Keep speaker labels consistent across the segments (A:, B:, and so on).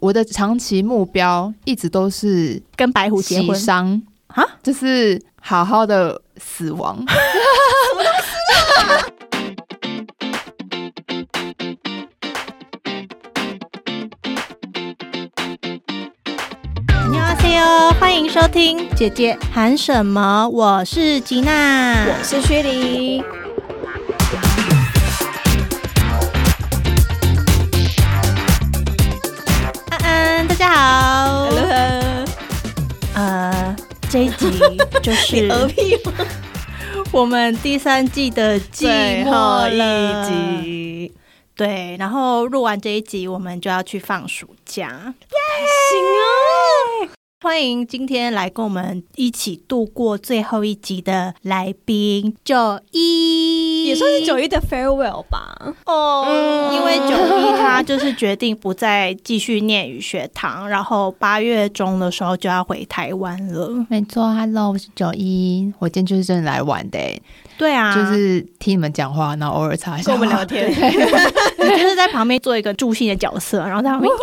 A: 我的长期目标一直都是
B: 跟白虎结
A: 喜
B: 婚
A: 丧
B: 啊，
A: 就是好好的死亡。
B: 你好，C O，欢迎收听《姐姐喊什么》，我是吉娜。
C: 我是薛梨。
B: 安安，大家好。
C: Hello，
B: 呃，这一集就 是
C: 嗝屁吗？
B: 我们第三季的季
C: 最
B: 末
C: 后
B: 了
C: 一。集，
B: 对，然后录完这一集，我们就要去放暑假。
C: 行啊！
B: 欢迎今天来跟我们一起度过最后一集的来宾九一，
C: 也算是九一的 farewell 吧。
B: 哦，
C: 嗯
B: 因为九一他就是决定不再继续念语学堂，然后八月中的时候就要回台湾了。
A: 没错，Hello，我是九一，我今天就是真的来玩的、欸
B: 对啊，
A: 就是听你们讲话，然后偶尔查一下。
C: 跟我们 聊天
B: 你就是在旁边做一个助兴的角色，然后在旁边，
C: 你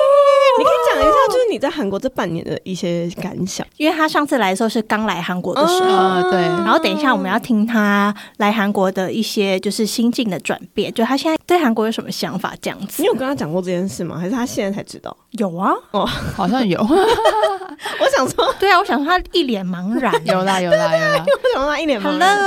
C: 可以讲一下，
B: 哦
C: 就是你在韩国这半年的一些感想。
B: 因为他上次来的时候是刚来韩国的时候。
A: 啊、对，
B: 然后等一下，我们要听他来韩国的一些就是心境的转变，就他现在对韩国有什么想法这样子
C: 你。有跟他讲过这件事吗？还是他现在才知道？
B: 有啊，
A: 好像 有
C: 我想说，
B: 对啊，我想说他一脸茫然。
A: 有啦有啦有啦，，
C: 我想说他一脸茫然。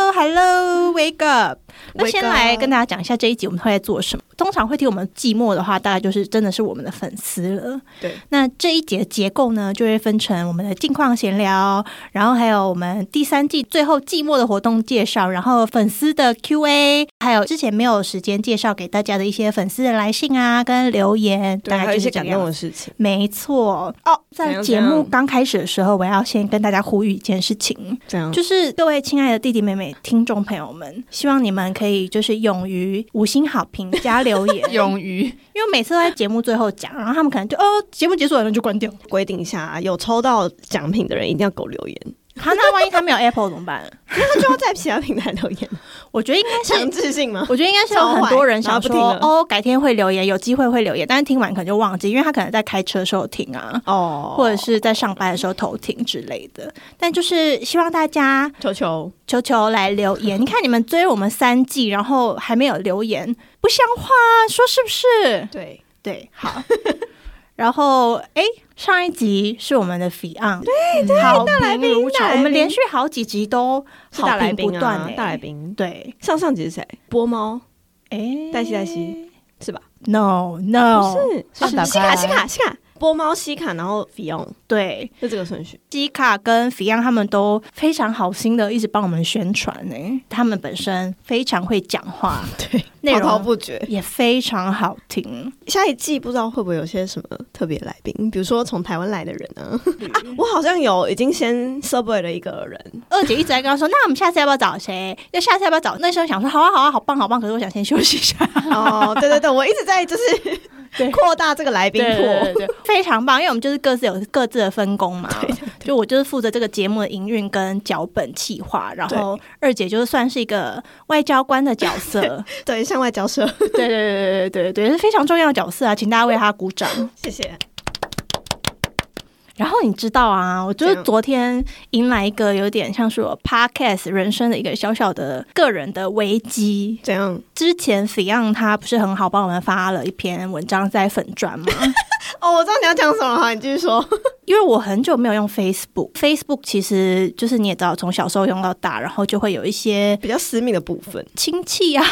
B: Hello，Hello，Wake up！那
C: Wake
B: 先来
C: up
B: 跟大家讲一下这一集我们会在做什么。通常会听我们寂寞的话，大概就是真的是我们的粉丝了。
C: 对，
B: 那这一节的结构呢，就会分成我们的近况闲聊，然后还有我们第三季最后季末的活动介绍，然后粉丝的 Q&A，还有之前没有时间介绍给大家的一些粉丝的来信啊跟留言，
C: 对，
B: 大
C: 还有
B: 概
C: 一
B: 就是
C: 些
B: 这个
C: 感
B: 样子
C: 动的事情。
B: 没错哦，
C: 怎
B: 在
C: 样
B: 节
C: 怎
B: 目
C: 样
B: 刚开始的时候，我要先跟大家呼吁一件事情，
C: 这样，
B: 就是各位亲爱的弟弟妹妹、听众朋友们，希望你们可以就是勇于五星好评加留言
A: 勇于
B: 因为我每次都在节目最后讲，然后他们可能就哦，节目结束了然后就关掉。
C: 规定一下，有抽到奖品的人一定要给我留言，
B: 好，那万一他没有 Apple 怎么办？
C: 那就要在其他平台留言，
B: 我觉得应该
C: 强
B: 是。
C: 制性 吗？
B: 我觉得应该是有很多人想
C: 超
B: 说
C: 坏然后不听了
B: 哦，改天会留言，有机会会留言，但是听完可能就忘记，因为他可能在开车的时候听啊，
C: 哦
B: 或者是在上班的时候偷听之类的。但就是希望大家
C: 球球，
B: 球球来留 言，你看你们追我们三季，然后还没有留言，不像话啊，说是不是？
C: 对，
B: 对，好。然后，哎，上一集是我们的 Fion，对对，好评如潮
C: 大来，宾
B: 我们连续好几集都
C: 是
B: 好
C: 大来
B: 评不
C: 宾
B: 断
C: 啊，
B: 欸
C: 大来宾。
B: 对，
C: 上上集是谁？波猫
B: 哎，
C: 黛西黛西是吧？
B: ，No No，
C: 不是，
A: 啊
C: 啊西卡
A: 打开
C: 西卡西卡，波猫西卡，然后 Fion
B: 对，
C: 就这个顺序。
B: 基卡跟 Fion 他们都非常好心的一直帮我们宣传呢，他们本身非常会讲话，
C: 对，
B: 内
C: 滔滔
B: 容
C: 不绝。
B: 也非常好听。
C: 下一季不知道会不会有些什么特别来宾，比如说从台湾来的人呢？啊，
B: 嗯
C: 我好像有已经先 Subway 了一 个人，
B: 二姐一直在跟他说：“那我们下次要不要找谁？要下次要不要找？”那时候想说：“好啊，好啊，好棒，好棒。”可是我想先休息一下。
C: 哦，对对对，我一直在就 是扩大这个来宾库。
B: 对，非常棒，因为我们就是各自有各自的分工嘛。就我就是负责这个节目的营运跟脚本企划，然后二姐就是算是一个外交官的角色。
C: 对，向外交涉，
B: 对对对对对对，是非常重要的角色啊，请大家为她鼓掌。
C: 谢谢。
B: 然后你知道啊，我就是
C: 怎样
B: 昨天迎来一个有点像是我 podcast 人生的一个小小的个人的危机。
C: 怎样？
B: 之前 Fion 他不是很好帮我们发了一篇文章在粉砖吗？
C: 哦，我知道你要讲什么了，好，你继续说。
B: 因为我很久没有用 Facebook，Facebook 其实就是你也知道，从小时候用到大，然后就会有一些
C: 比较私密的部分，
B: 亲戚啊，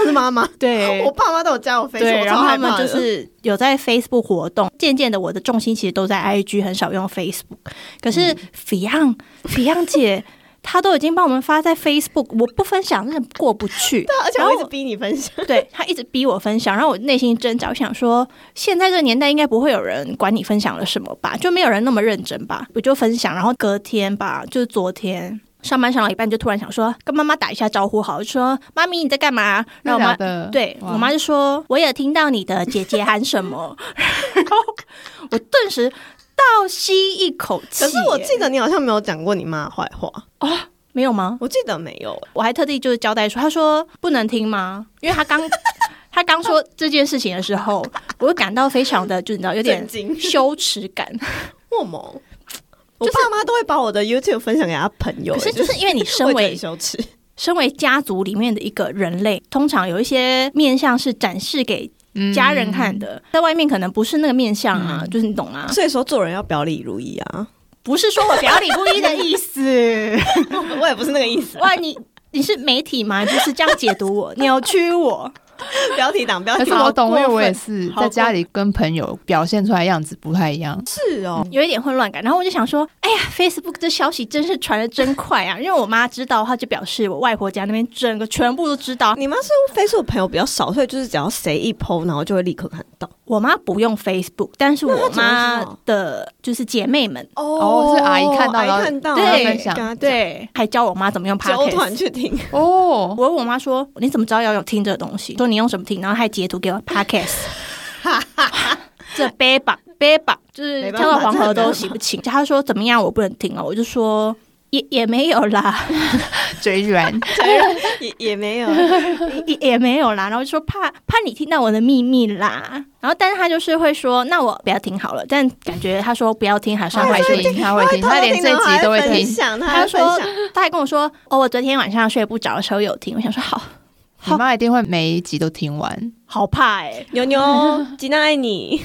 C: 我是妈妈，
B: 对
C: 我爸妈都有加我 Facebook，
B: 对，
C: 我
B: 然
C: 超
B: 后他
C: 害
B: 们
C: 怕
B: 就
C: 的
B: 是有在 Facebook 活动。渐渐的，我的重心其实都在 IG，很少用 Facebook。可是 Fion、Fion 姐。她都已经帮我们发在 Facebook，我不分享真的过不去。
C: 对啊，而且
B: 然后
C: 我一直逼你分享。
B: 对他一直逼我分享，然后我内心挣扎，我想说，现在这个年代应该不会有人管你分享了什么吧，就没有人那么认真吧，我就分享，然后隔天吧，就是昨天。上班上到一半，就突然想说跟妈妈打一下招呼好，就说妈咪你在干嘛？然
A: 那
B: 后我妈
A: 假的
B: 对
A: 哇
B: 我妈就说我也听到你的姐姐喊什么，然后我顿时倒吸一口气
C: 可
B: 耶。
C: 是我记得你好像没有讲过你妈的坏话，
B: 没有吗？
C: 我记得没有。
B: 我还特地就是交代说，他说不能听吗？因为他刚他刚说这件事情的时候，我会感到非常的，就你知道，有点
C: 震惊
B: 羞耻 感。
C: 我某，我爸妈都会把我的 YouTube 分享给他朋友、
B: 可是
C: 欸就
B: 就是是因为你身
C: 我也觉得
B: 为
C: 很羞耻，
B: 身为家族里面的一个人类，通常有一些面相是展示给
A: 嗯
B: 家人看的，在外面可能不是那个面相啊，就是你懂吗、
C: 所以说做人要表里如一啊。
B: 不是说我表里不一的意思。
C: 我也不是那个意思，
B: 哇，你你是媒体吗？就是这样解读我，扭曲我。
C: 标题党标
A: 可
C: 题
A: 是我
C: 党
A: 懂，因为
B: 过
A: 我也
B: 分
A: 是
B: 好
A: 在
B: 过
A: 家里跟朋友表现出来的样子不太一样。
C: 是哦，
B: 有一点混乱感。然后我就想说，哎呀，Facebook 这消息真是传的真快啊！因为我妈知道的话，就表示我外婆家那边整个全部都知道。
C: 你妈是 Facebook 朋友比较少，所以就是只要谁一 PO，然后就会立刻看到。
B: 我妈不用 Facebook，但是我
C: 那她怎么知
B: 妈
C: 道
B: 的就是姐妹们，
A: 哦是阿姨看到然后
C: 阿姨看到，
B: 对
C: 然后分享
A: 跟，
B: 对，还教我妈怎么用
C: 交团
B: Podcast。
C: 去听，
A: 哦，
B: 我问我妈说：“你怎么知道要有听这个东西？”说你用什么听，然后还截图给我 Podcast。这杯吧杯吧，就是
C: 没
B: 跳
C: 办法
B: 到黄河都洗不清。她说怎么样，我不能听了，啊我就说也也没有啦。
A: 嘴 软，
C: 也也没 有，
B: 也 也没有啦，然后就说怕怕你听到我的秘密啦，然后但是他就是会说，那我不要听好了，但感觉他说不要听，还是
A: 他
B: 要
A: 会
B: 会听。
A: 听，他会听，他连这一集都会
C: 分
A: 听。
C: 享，
B: 他
C: 他
B: 就
C: 说
B: 说，他还跟我说，哦，我昨天晚上睡不着的时候有听，我想说好
A: 你妈一定会每一集都听完。
B: 好怕哎、
C: 牛牛吉娜爱你，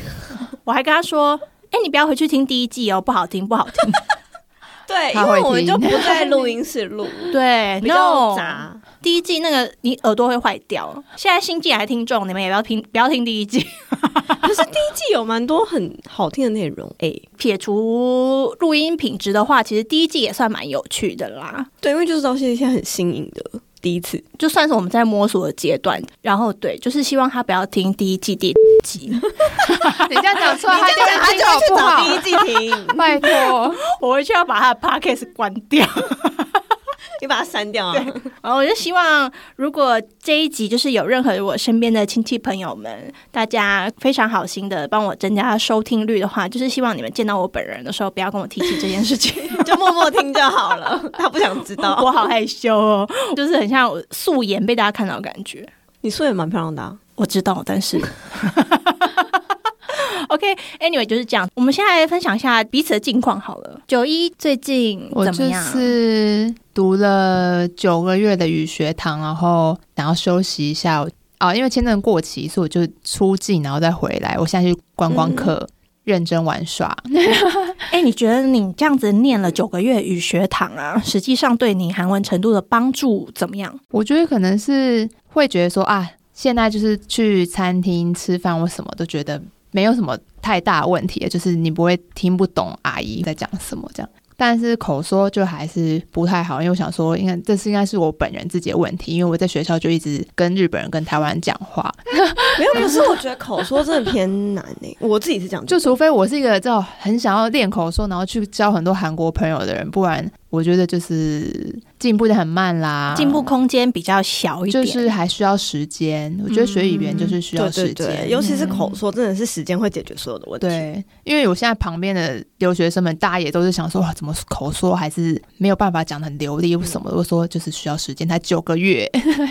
B: 我还跟他说，哎、你不要回去听第一季哦，不好听，不好听。
C: 对，因
A: 他会听哎
C: 为我们就不在录音室 录，
B: 对
C: 比较
B: ，no，
C: 杂。
B: 第一季那个你耳朵会坏掉。现在新进来的听众，你们也不要听，不要听第一季。
C: 可是第一季有蛮多很好听的内容，哎，
B: 撇除录音品质的话，其实第一季也算蛮有趣的啦。
C: 对，因为就是都是一些很新颖的第一次，
B: 就算是我们在摸索的阶段，然后对，就是希望他不要听第一季第一集。
A: 你这样讲错，他
C: 对，他
A: 就
C: 就要去
A: 不
C: 找
A: 好
C: 第。一季 听，
A: 拜托，
B: 我回去要把他的 podcast 关掉。
C: 你把它删掉啊。
B: 然后我就希望，如果这一集就是有任何我身边的亲戚朋友们，大家非常好心的帮我增加收听率的话，就是希望你们见到我本人的时候，不要跟我提起这件事 情。
C: 就默默听就好了，他不想知 道。
B: 我好害羞哦，就是很像我素颜被大家看到的感觉。
C: 你素颜蛮漂亮的、啊，
B: 我知道，但是 ，OK，Anyway、就是这样。我们现在来分享一下彼此的近况好了。九一最近
A: 我
B: 怎么
A: 就
B: 样？
A: 是读了九个月的语学堂，然后想要休息一下啊，因为签证过期，所以我就出境，然后再回来。我现在去观光客，认真玩耍。
B: 哎、你觉得你这样子念了九个月语学堂啊，实际上对你韩文程度的帮助怎么样？
A: 我觉得可能是会觉得说啊，现在就是去餐厅吃饭，我什么都觉得没有什么太大问题，就是你不会听不懂阿姨在讲什么这样。但是口说就还是不太好，因为我想说，应该这是应该是我本人自己的问题，因为我在学校就一直跟日本人、跟台湾人讲话，
C: 没有。可是我觉得口说真的偏难诶、我自己是这样，
A: 就除非我是一个这种很想要练口说，然后去交很多韩国朋友的人，不然我觉得就是进步的很慢啦，
B: 进步空间比较小一
A: 啊就
B: 点，嗯
A: 是还需要时间。我觉得学语言就是需要
C: 对
A: 时
C: 对
A: 间，
C: 对，尤其是口说，真的是时间会解决所有的问题。，
A: 对，因为我现在旁边的留学生们，大家也都是想说，哇，怎么口说还是没有办法讲的很流利，为什么？我说就是需要时间，才九个月。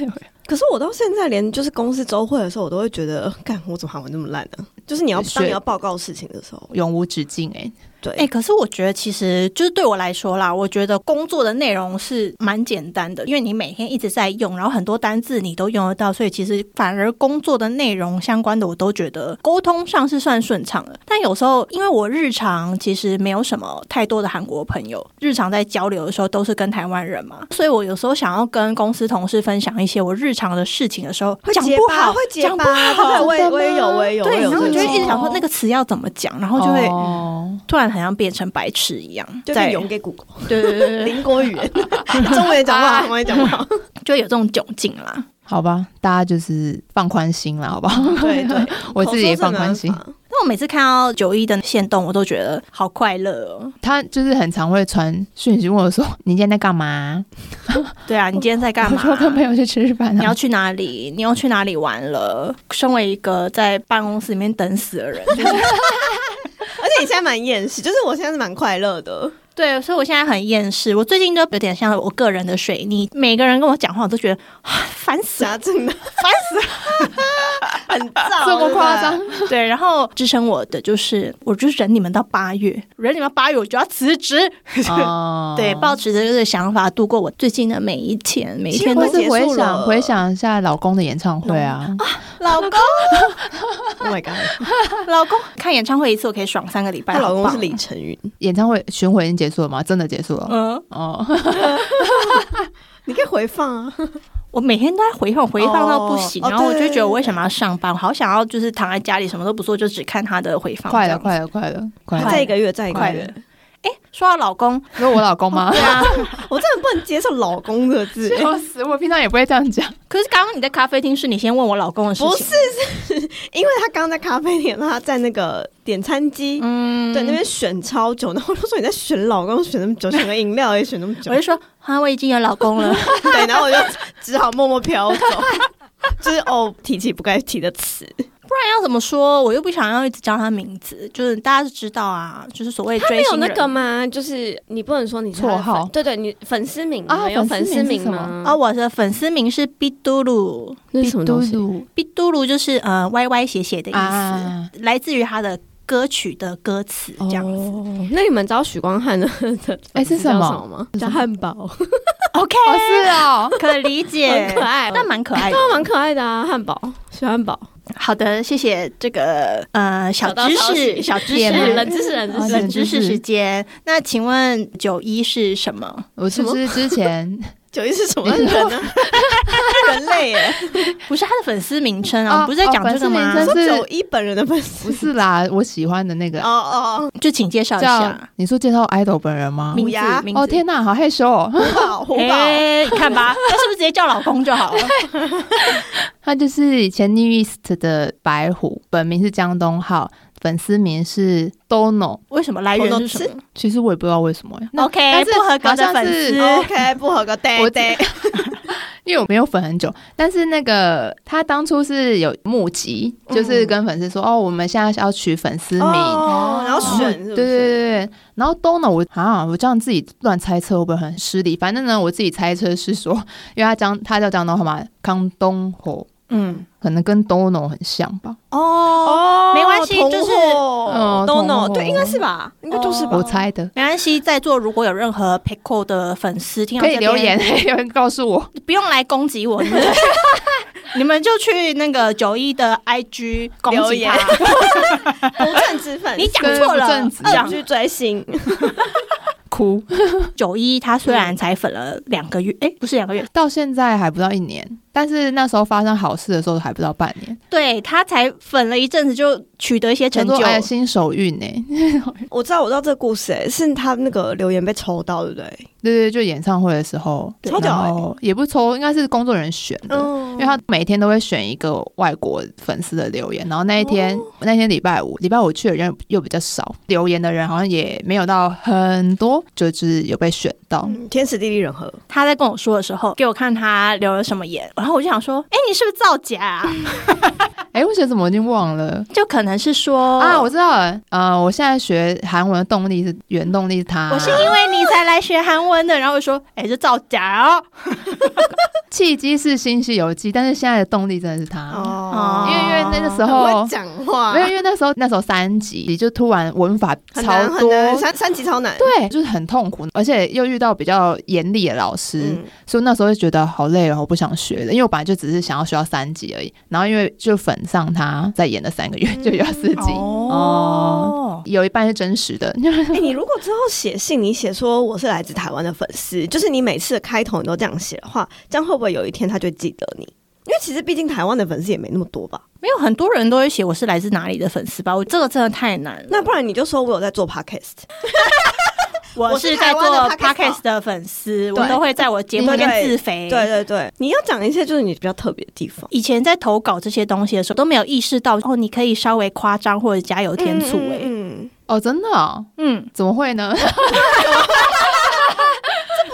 C: 可是我到现在连就是公司周会的时候，我都会觉得，呃干我怎么韩文那么烂呢、就是你要
A: 是
C: 当你要报告事情的时候，
A: 永无止境哎、
C: 对，
B: 哎、可是我觉得其实就是对我来说啦，我觉得工作的内容是蛮简单的，因为你每天一直在用，然后很多单字你都用得到，所以其实反而工作的内容相关的，我都觉得沟通上是算顺畅的。但有时候因为我日常其实没有什么太多的韩国朋友，日常在交流的时候都是跟台湾人嘛，所以我有时候想要跟公司同事分享一些我日常的事情的时候，
C: 会
B: 讲
C: 结
B: 不
C: 巴
B: 好，
C: 会结
B: 讲不
C: 巴， 对对
B: 好。
C: 我也我也有
A: 真的吗
C: 我也有，我
B: 对，
C: 也有哦
B: 然后
C: 这
B: 你就会
C: 种
B: 一直想说那个词要怎么讲，然后就会
A: 哦、
B: 突然好像变成白痴一样，
C: 就
B: 在
C: 是勇给谷歌，
B: 对对对对对，
C: 邻国语言， 中文也讲不好，韩文也讲不好，
B: 就有这种窘境啦。
A: 好吧，大家就是放宽心啦，好不好？
C: 对对，
A: 我自己也放宽心
C: 口说真的没办。法
B: 那我每次看到九一的线动，我都觉得好快乐哦。
A: 他就是很常会传讯息问我说：“你今天在干嘛
B: 对啊，你今天在？”干
A: 我
B: 嘛？
A: 说：“跟朋友去吃饭、啊。”
B: 你要去哪里？你又去哪里玩了？身为一个在办公室里 面等死的人，就是
C: 而且你现在蛮厌世，就是我现在是蛮快乐的，
B: 对，所以我现在很厌世。我最近都有点像我个人的水逆，每个人跟我讲话，我都觉得啊烦 死了，
C: 啥真的
B: 烦死了。
C: 很燥，
A: 这么夸张？
B: 对，然后支撑我的就是，我就是忍你们到八月，忍你们到八月我就要辞职。
A: 哦
B: 对，抱持着这个想法度过我最近的每一天，每一天都
A: 或
C: 其实
A: 是
C: 都结
A: 回
C: 束
A: 想
C: 了
A: 回想一下老公的演唱会啊，
B: 老公
C: 对不对？Oh my god，
B: 老公看演唱会一次，我可以爽三个礼拜。
C: 她老公是
B: 好棒
C: 李晨云，
A: 演唱会巡回已经结束了吗？真的结束了？
B: 嗯，
A: 哦，
C: 你可以回放啊。
B: 我每天都在回放，回放到不行，
C: 哦哦
B: 然后我就
C: 对
B: 觉得我为什么要上班？我好想要就是躺在家里什么都不做，就只看他的回放。
A: 快
B: 这
A: 了，
B: 样子
A: 快了，快了，快
C: 她
A: 了！
C: 再一个月，再一个
B: 快
C: 月
B: 了，哎，说到老公，
A: 有我老公吗？
B: 对啊，
C: 我真的不能接受“老公”这个字。欸
A: 笑死！我平常也不会这样讲。
B: 可是刚刚你在咖啡厅是你先问我老公的事情，
C: 不是，因为他刚刚在咖啡店，然后他在那个点餐机，
B: 嗯
C: 对，那边选超久，然后我就说你在选老公选那么久，选个饮料也选 那么久
B: 我，就说啊，我已经有老公了，
C: 对，然后我就只好默默飘走， 就是哦，提起不该提的词，
B: 不然要怎么说？我又不想要一直叫他名字，就是大家知道啊，就是所谓
D: 他
B: 追
D: 没有
B: 星
D: 那
B: 人。
D: 个吗？就是你不能说你是他的
A: 绰号
D: 粉对对，你粉丝名
A: 啊
D: 吗有
A: 粉
D: 粉
A: 丝
D: 丝
A: 名是
D: 名
A: 什么
D: 吗？
B: 啊，，我的粉丝名是毕嘟噜，
D: 那是什么东西？
A: 嘟
B: 毕嘟噜就是呃歪歪斜斜的
A: 嘟
B: 意思，
A: 啊，
B: 来自于他的歌曲的歌词这样子。
D: 哦，那你们知道许光汉的的
A: 哎
D: 粉丝
A: 是什么
D: 叫么吗？叫汉堡，
B: OK，
A: 哦是哦，
B: 可理解，
D: 很可 爱
B: 但蛮可爱的。
D: 他蛮可爱的啊，汉堡，小汉堡，
B: 好的，谢谢这个呃小
D: 小道
B: 知
D: 消
B: 识，
D: 息
B: 小知
A: 也
B: 识，
A: 蛮
D: 冷知识，冷知
A: 哦
D: 识，
A: 冷
B: 冷
A: 知
B: 知
A: 识
B: 识时间。那请问九一是什么？
A: 我就是之前
C: 九一是什么人啊呢？人类耶，
B: 不是他的粉丝名称
A: 哦
B: 啊，我们不是在讲这个
A: 哦
B: 吗
A: 粉丝名？
C: 说
A: 是
C: 九一本人的粉丝
A: 不， 是啦，我喜欢的那个
C: 哦哦，
B: 就请介绍一
A: 叫
B: 下
A: 你说介绍 idol 本人吗？
B: 名
C: 虎牙
B: 字。名字
A: 哦天哪，好害羞哦！
C: 哦虎宝虎宝，
B: 哎、你看吧，他是不是直接叫老公就 好了？
A: 他就是以前 New East 的白虎，本名是江东浩，粉丝名是 Dono。
B: 为什么来源是什么
A: 其实我也不知道为什么耶。那
B: OK，
A: 但是
B: 不合格的粉丝
A: 好像是
C: OK，不合格，对
A: 我
C: 对，
A: 因为我没有粉很久，但是那个他当初是有募集，就是跟粉丝说、哦，我们现在是要取粉丝名。
C: 嗯哦，然后选是
A: 对对
C: 不是，
A: 对对，然后 Dono 我啊，我这样自己乱猜测会不会很失礼？反正呢，我自己猜测是说， 因为他江他叫江东好嘛，康东吼，
B: 嗯，
A: 可能跟 Dono 很像吧，
B: 哦，
C: 哦
B: 没关系就是
A: 嗯
C: 都
A: 同伙
C: no，对，应该是吧，应该就是吧
A: 我，猜的。
B: 没关系，在座如果有任何 Pico 的粉丝听到
A: 可以
B: 这边
A: 留言，， 有人告诉我，
B: 不用来攻击我，你们 你们就去那个九一的 IG 攻
C: 留
B: 击
C: 言
B: 他。
C: 不正之粉，
B: 你讲错
A: 跟
B: 了
A: 正直，
B: 这样
C: 去追星，
A: 哭
B: 九一他虽然才粉了两个
A: 嗯
B: 月，哎，不是两个月，
A: 到现在还不到一年，但是那时候发生好事的时候还不到半年，
B: 对他才粉了一阵子就取得一些成
A: 叫
B: 就
A: 做，哎新手运呢、
C: 我知道，我知道这个故事、欸，是他那个留言被抽到，对不对？
A: 对对，就演唱会的时候，
C: 对抽奖欸
A: 然后也不抽，应该是工作人员选的。
C: 嗯，
A: 因为他每天都会选一个外国粉丝的留言，然后那一
C: 哦
A: 天、那天礼拜五，礼拜五去的人又比较少，留言的人好像也没有到很多，就是有被选到。
C: 嗯天时地利人和，
B: 他在跟我说的时候，给我看他留了什么言，然后我就想说，哎、你是不是造 假、啊？
A: 哎、我写怎么我已经忘了。
B: 就可能是
C: 哦
B: 说
A: 啊，我知道了，呃，我现在学韩文的动力是原动力是他，
B: 我是因为你才来学韩文的，然后我说，哎、这造假哦，
A: 契机是《新西游记》，但是现在的动力真的是他，
C: 哦
A: 因为因为那个时
C: 很
A: 候
C: 会讲话，
A: 没有，因为那时候那时候三级，就突然文法
C: 很
A: 超
C: 难很
A: 多，
C: 难，三三级超难，
A: 对，就是很痛苦，而且又遇到比较严厉的老师，
C: 嗯，
A: 所以那时候就觉得好累哦，我不想学了，因为我本来就只是想要学到三级而已，然后因为就粉上他，再演了三个月、就要四级，哦有一半是真实的，
C: 哎、你如果之后写信，你写说我是来自台湾的粉丝，就是你每次的开头你都这样写的话，这样会不会有一天他就会记得你？因为其实毕竟台湾的粉丝也没那么多吧，
B: 没有很多人都会写我是来自哪里的粉丝吧？我这个真的太难了。
C: 那不然你就说我有在做 podcast，
B: 我
C: 我
B: 是
C: 是
B: 在
C: 台
B: 做
C: 湾的
B: podcast 的粉丝，我都会在我节目里面自肥。
C: 对对对，你要讲一些就是你比较特别的地方，
B: 以前在投稿这些东西的时候，都没有意识到哦，你可以稍微夸张或者加油添醋欸哎、
C: 嗯，嗯
A: 哦，真的、哦，
B: 嗯，
A: 怎么会呢？
C: 不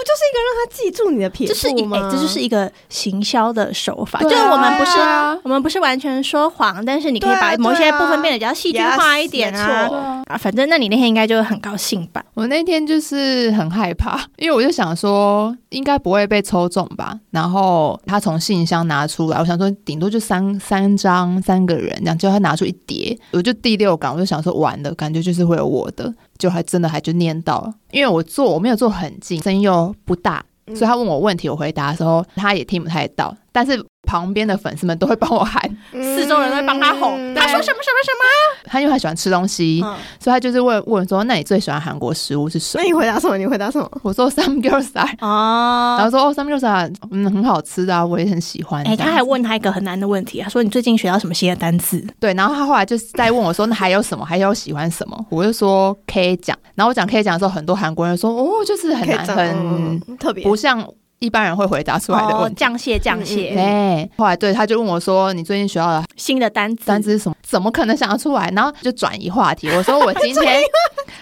C: 就是一个让他记住你的撇
B: 这是一
C: 步
B: 哎、
C: 吗？
B: 这就是一个行销的手法，
A: 对啊
B: 就是我们不是、
A: 对啊
B: 我们不是完全说谎，但是你可以把
C: 对啊
B: 某些
C: 对啊
B: 部分变得比较戏剧化一点
C: Yes，没
B: 啊。
C: 错
B: 啊，反正那你那天应该就很高兴吧？
A: 我那天就是很害怕， 因为我就想说应该不会被抽中吧。然后他从信箱拿出来，我想说顶多就三三张三个人这样，结果他拿出一叠，我就第六感，我就想说完了，感觉就是会有我的，就还真的还就念到了，因为我坐我没有坐很近，声音又不大，
C: 嗯
A: 所以他问我问题，我回答的时候他也听不太到，但是旁边的粉丝们都会帮我喊，
B: 四周人在帮他吼
C: 嗯
B: 他说什么什么什么？
A: 他因为他喜欢吃东西，
C: 嗯
A: 所以他就是问问说，那你最喜欢韩国食物是什
C: 那
A: 么？
C: 你回答什么？你回答什么？
A: 我说 Some girls are。然
B: 哦，
A: 后说哦，三六三，嗯，很好吃的啊，我也很喜欢。
B: 哎、
A: 这样
B: 他
A: 子
B: 还问他一个很难的问题，他说你最近学到什么新的单词？
A: 对，然后他后来就是在问我说，那还有什么？还有喜欢什么？我就说 K 奖，然后我讲 K 奖的时候，很多韩国人说哦，就是很
C: 可以
A: 难，
C: 这样
A: 很
C: 嗯特别
A: 不像一般人会回答出来的
B: 哦
A: 问，题。
B: 酱蟹酱蟹、
C: 嗯
A: 对，后来对他就问我说：“你最近学到的
B: 新的单词，
A: 单词是什么？怎么可能想得出来？”然后就转移话题。我说：“我今天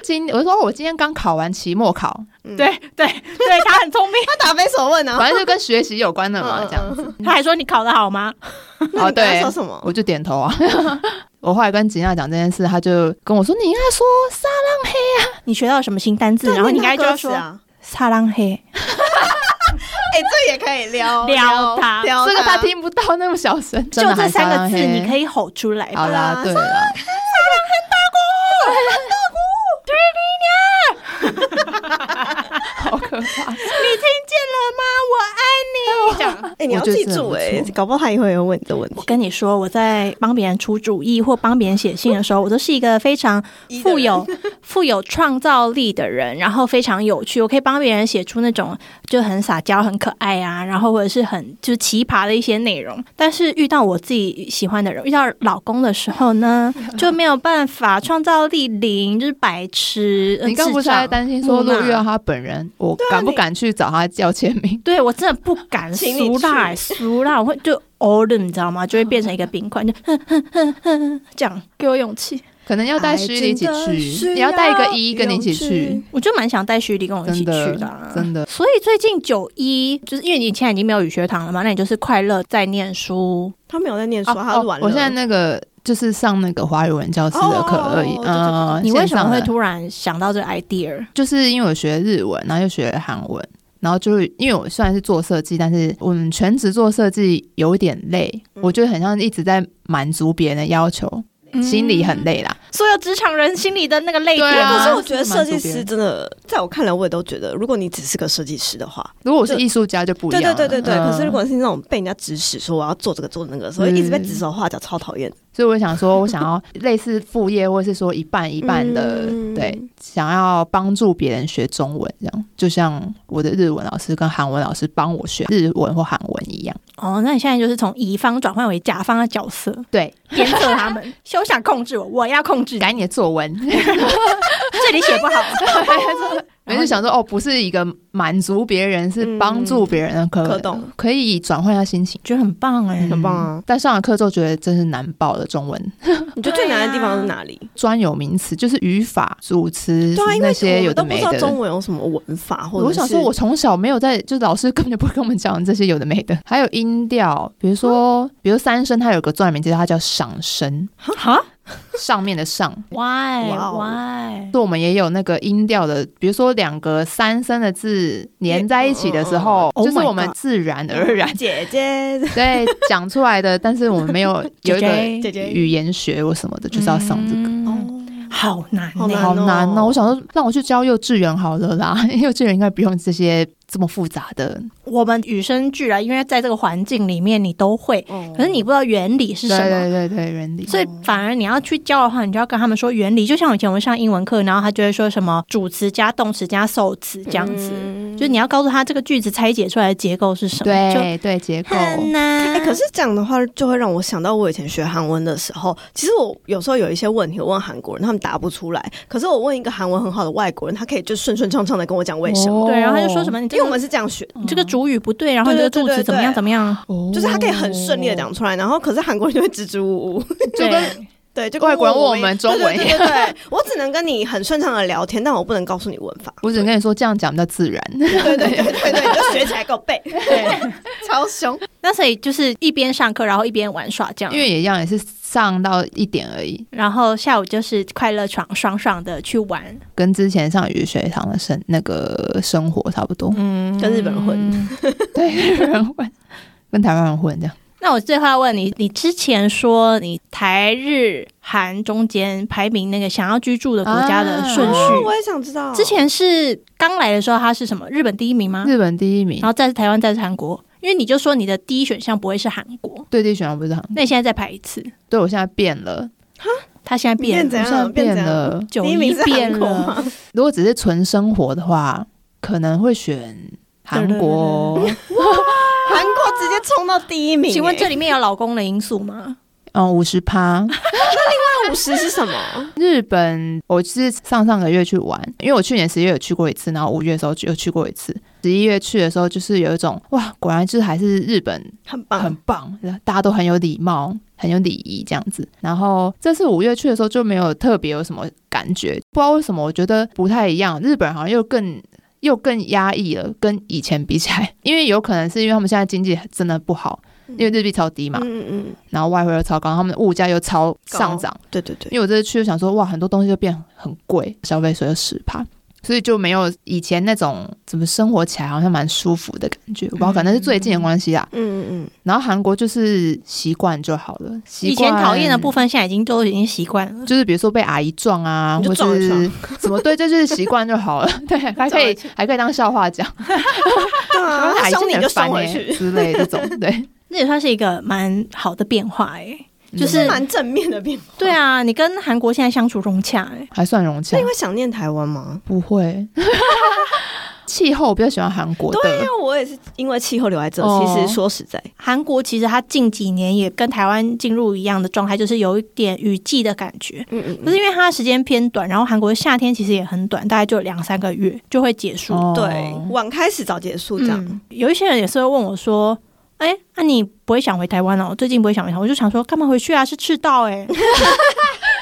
A: 今我说我今天刚考完期末考，
B: 对对对，他很聪明，
C: 他答非所问啊。
A: 反正就跟学习有关的嘛，
C: 嗯嗯
A: 这样子。
B: 他还说你考得好吗？
C: 那
A: 哦
C: 你刚才
A: 对
C: 说什么？
A: 我就点头啊。 我后来跟吉娜讲这件事，她就跟我说：“你应该说沙
B: 你学到什么新单词？然后你应该就要说
C: 啊，
B: 撒浪嘿，
C: 哎，这也可以撩
B: 撩他
C: 撩
A: 这个她听不到那么小声，
B: 就
A: 真的
B: 这
A: 喊
B: 三个字，
A: 沙拉嘿
B: 你可以吼出来吧
A: 好。啦，
C: 吧
A: 对啦， 好可怕！
B: 你听见了吗？我爱你。这样
C: 哎，你要
A: 我觉得
C: 记
A: 这
C: 住
A: 很
C: 哎
A: 不，错
C: 搞不好他也会有问你的问
B: 我
C: 题。
B: 跟你说，我在帮别人出主意或帮别人写信的时候，我都是一个非常富有 富有创造力的人，然后非常有趣。我可以帮别人写出那种就很撒娇、很可爱啊，然后或者是很就是奇葩的一些内容。但是遇到我自己喜欢的人，遇到老公的时候呢，就没有办法，创造力零，就是白痴。呃
A: 你刚不是
B: 智障
A: 还担心说
B: 木讷
A: 如果遇到她本人，我敢不敢去找她要签名？
B: 对我真的不敢
C: 请你
B: 俗辣、
C: 去
B: 俗辣，我会就 o r 你知道吗？就会变成一个冰块，就 哼哼哼哼这样，给我勇气。
A: 可能要带虚离一起
C: 爱真的需
A: 去，
C: 要
A: 你要带一个一跟你一起去，
B: 我就蛮想带徐丽跟我一起
A: 真
B: 去
A: 的
B: 的、啊，
A: 真的。
B: 所以最近九一，就是因为你现在已经没有语学堂了嘛，那你就是快乐在念书。
C: 他没有在念书，
A: 哦
C: 他是玩
A: 哦
C: 乐。
A: 我现在那个就是上那个华语文教师的课而已
C: 哦。
A: 嗯，
B: 你为什
A: 线
B: 么
A: 上的
B: 会突然想到这个 idea？
A: 就是因为我学日文，然后又学韩文，然后就是因为我虽然是做设计，但是我们全职做设计有一点累，
C: 嗯
A: 我觉得很像一直在满足别人的要求，嗯心里很累啦。
B: 所有职场人心里的那个泪
A: 对
B: 点
A: 啊
C: 可是我觉得设
A: 是蛮
C: 计
A: 多
C: 师
A: 边
C: 真的，在我看来，我也都觉得，如果你只是个设计师的话，
A: 如果我是艺术家就不一
C: 对
A: 样
C: 对
A: 了。
C: 对对对。
A: 嗯
C: 可是如果是那种被人家指使说我要做这个做那个，所以一直被指手画脚，超讨厌。
A: 所以我想说，我想要类似副业，或是说一半一半的，
C: 嗯
A: 对，想要帮助别人学中文，这样就像我的日文老师跟韩文老师帮我学日文或韩文一样。
B: 哦，那你现在就是从乙方转换为甲方的角色，
A: 对，
B: 鞭策他们，休想控制我，我要控 制你，
A: 改你的作文。
B: 这里写不好。
A: 我就想说，哦，不是一个满足别人，是帮助别人的可、
C: 嗯可懂
A: 可以转换一下心情，
B: 觉得很棒哎、
A: 嗯
C: 很棒啊！
A: 但上了课之后觉得真是难爆了，中文
C: 你觉得最难的地方是哪里？
A: 专有名词就是语法、组词、
C: 对啊，因为
A: 那些
C: 我
A: 有
C: 们都
A: 的
C: 不
A: 没
C: 知道中
A: 的。
C: 文有什么文法，或者
A: 我想说，
C: 是
A: 我从小没有在，就是老师根本就不会跟我们讲这些有的没的，还有音调，比如说，比如三声，它有个专有名词，它叫上声，
B: 嗯哈
A: 上面的上，
B: ，Why
C: 哇哦
B: Why？
A: 所以我们也有那个音调的，比如说两个三声的字连在一起的时候，
B: 嗯嗯嗯
A: 就是
B: Oh my
A: 我们
B: God
A: 自然而然
C: 姐姐
A: 对，讲出来的，但是我们没有有一个
B: 姐
C: 姐姐，哦
A: 语言学或什么的，就是要上这个。哦
B: 嗯好难
C: 好
B: 欸
C: 难
A: 好难
C: 哦
A: 哦！我想说，让我去教幼稚园好了啦，幼稚园应该不用这些这么复杂的。
B: 我们与生俱来，因为在这个环境里面你都会，
C: 哦
B: 可是你不知道原理是
A: 对
B: 什么。
A: 对对对，原理。
B: 所以反而你要去教的话，你就要跟他们说原理。就像以前我们上英文课，然后他就会说什么主词加动词加受词这样子，
C: 嗯
B: 就你要告诉他这个句子拆解出来的结构是什么，就
A: 对对结构，
B: 很难。
C: 哎、可是这样的话，就会让我想到我以前学韩文的时候，其实我有时候有一些问题，我问韩国人，他们答不出来。可是我问一个韩文很好的外国人，他可以就顺顺畅畅的跟我讲为
A: 哦
C: 什么，
B: 对，然后他就说什么你
C: 哦因
B: 这
C: 为我
B: 个
C: 们是这样学的，
B: 你这个主语不对，然后你这个
C: 对
B: 助
C: 对对
B: 词怎么样
C: 对
B: 怎么样，
A: 哦
C: 就是他可以很顺利的讲出来，然后可是韩国人就会支支吾吾。
A: 就跟
B: 对
C: 对，就
A: 外国人问
C: 我
A: 我们中文
C: 对对对对对我只能跟你很顺畅的聊天，但我不能告诉你文法。
A: 我只能跟你说这样讲比较自 然。
C: 对对对对对，你就学起来给我背，超凶。
B: 那所以就是一边上课，然后一边玩耍这样
A: 因。为也一样，也是上到一点而已，
B: 然后下午就是快乐爽爽爽的去玩，
A: 跟之前上语学堂的生那个生活差不多。
B: 嗯
C: 跟日本人混，
A: 对，日本人混，跟台湾人混这样。
B: 那我最后要问你，你之前说你台日韩中间排名那个想要居住的国家的顺序，
C: 哦，我也想知道
B: 之前是刚来的时候它是什么？日本第一名吗？
A: 日本第一名
B: 然，后再是台湾，再是韩国。因为你就说你的第一选项不会是韩国，
A: 对地选项不是很
C: 嗯
A: 好。
B: 那你现在再排一次，
A: 对我现在变了，
B: 它现在
C: 你
B: 变
C: 怎
B: 了，
A: 我现在
C: 样？变
A: 变
C: 怎样？
A: 了。
B: 九
C: 第一
B: 一
C: 名是
B: 变
C: 韩国
B: 了，
C: 吗？
A: 如果只是纯生活的话，可能会选韩国哦。
C: 韩国直接冲到第一 名、
B: 请问
C: 欸
B: 这里面有老公的因素 吗？
A: 嗯，五十趴。
D: 那五十是什么？
A: 日本，我是上上个月去玩，因为我去年十月有去过一次，然后五月的时候又去过一次，十一月去的时候就是有一种哇，果然就是还是日本
C: 很棒，
A: 很棒，大家都很有礼貌，很有礼仪这样子。然后这次五月去的时候就没有特别有什么感觉，不知道为什么，我觉得不太一样。日本好像又更又更压抑了，跟以前比起来，因为有可能是因为他们现在经济真的不好，因为日币超低嘛，
C: 嗯嗯嗯，
A: 然后外汇又超高，他们的物价又超上涨。
C: 对对对，
A: 因为我这次去就想说，哇，很多东西就变很贵，消费水就十趴，所以就没有以前那种怎么生活起来好像蛮舒服的感觉。我不知道，可能是最近的关系啦。
C: 嗯 嗯
A: 然后韩国就是习惯就好了，习
B: 以
A: 惯
B: 前讨厌的部分现在已经都已经习惯了。
A: 就是比如说被阿姨撞啊，
C: 你就
A: 或
C: 撞一
A: 是什么，对，这就是习惯就好了。对，还可以还可以当笑话讲，
C: 嗯，对啊，
A: 阿
C: 他
A: 姨真
C: 凶
A: 的
C: 你
A: 很
C: 就
A: 烦
C: 凶回
A: 欸
C: 去，
A: 之类这种，对，
B: 那也算是一个蛮好的变化哎、就
A: 嗯
B: 是
C: 蛮正面的变化。
B: 对啊，你跟韩国现在相处融洽哎、
A: 还算融洽
C: 那你，会想念台湾吗？
A: 不会。 气候我比较喜欢韩国的，
C: 因啊为我也是因为气候留在这，
A: 哦
C: 其实说实在，
B: 韩国其实它近几年也跟台湾进入一样的状态，就是有一点雨季的感觉。
C: 嗯嗯
B: 可是因为它的时间偏短，然后韩国的夏天其实也很短，大概就两三个月就会结束。
A: 哦
C: 啊对，晚开始早结束这样。
B: 嗯，有一些人也是会问我说：“哎、那、你不会想回台湾哦？最近不会想回台湾？”我就想说，干嘛回去啊？是赤道哎、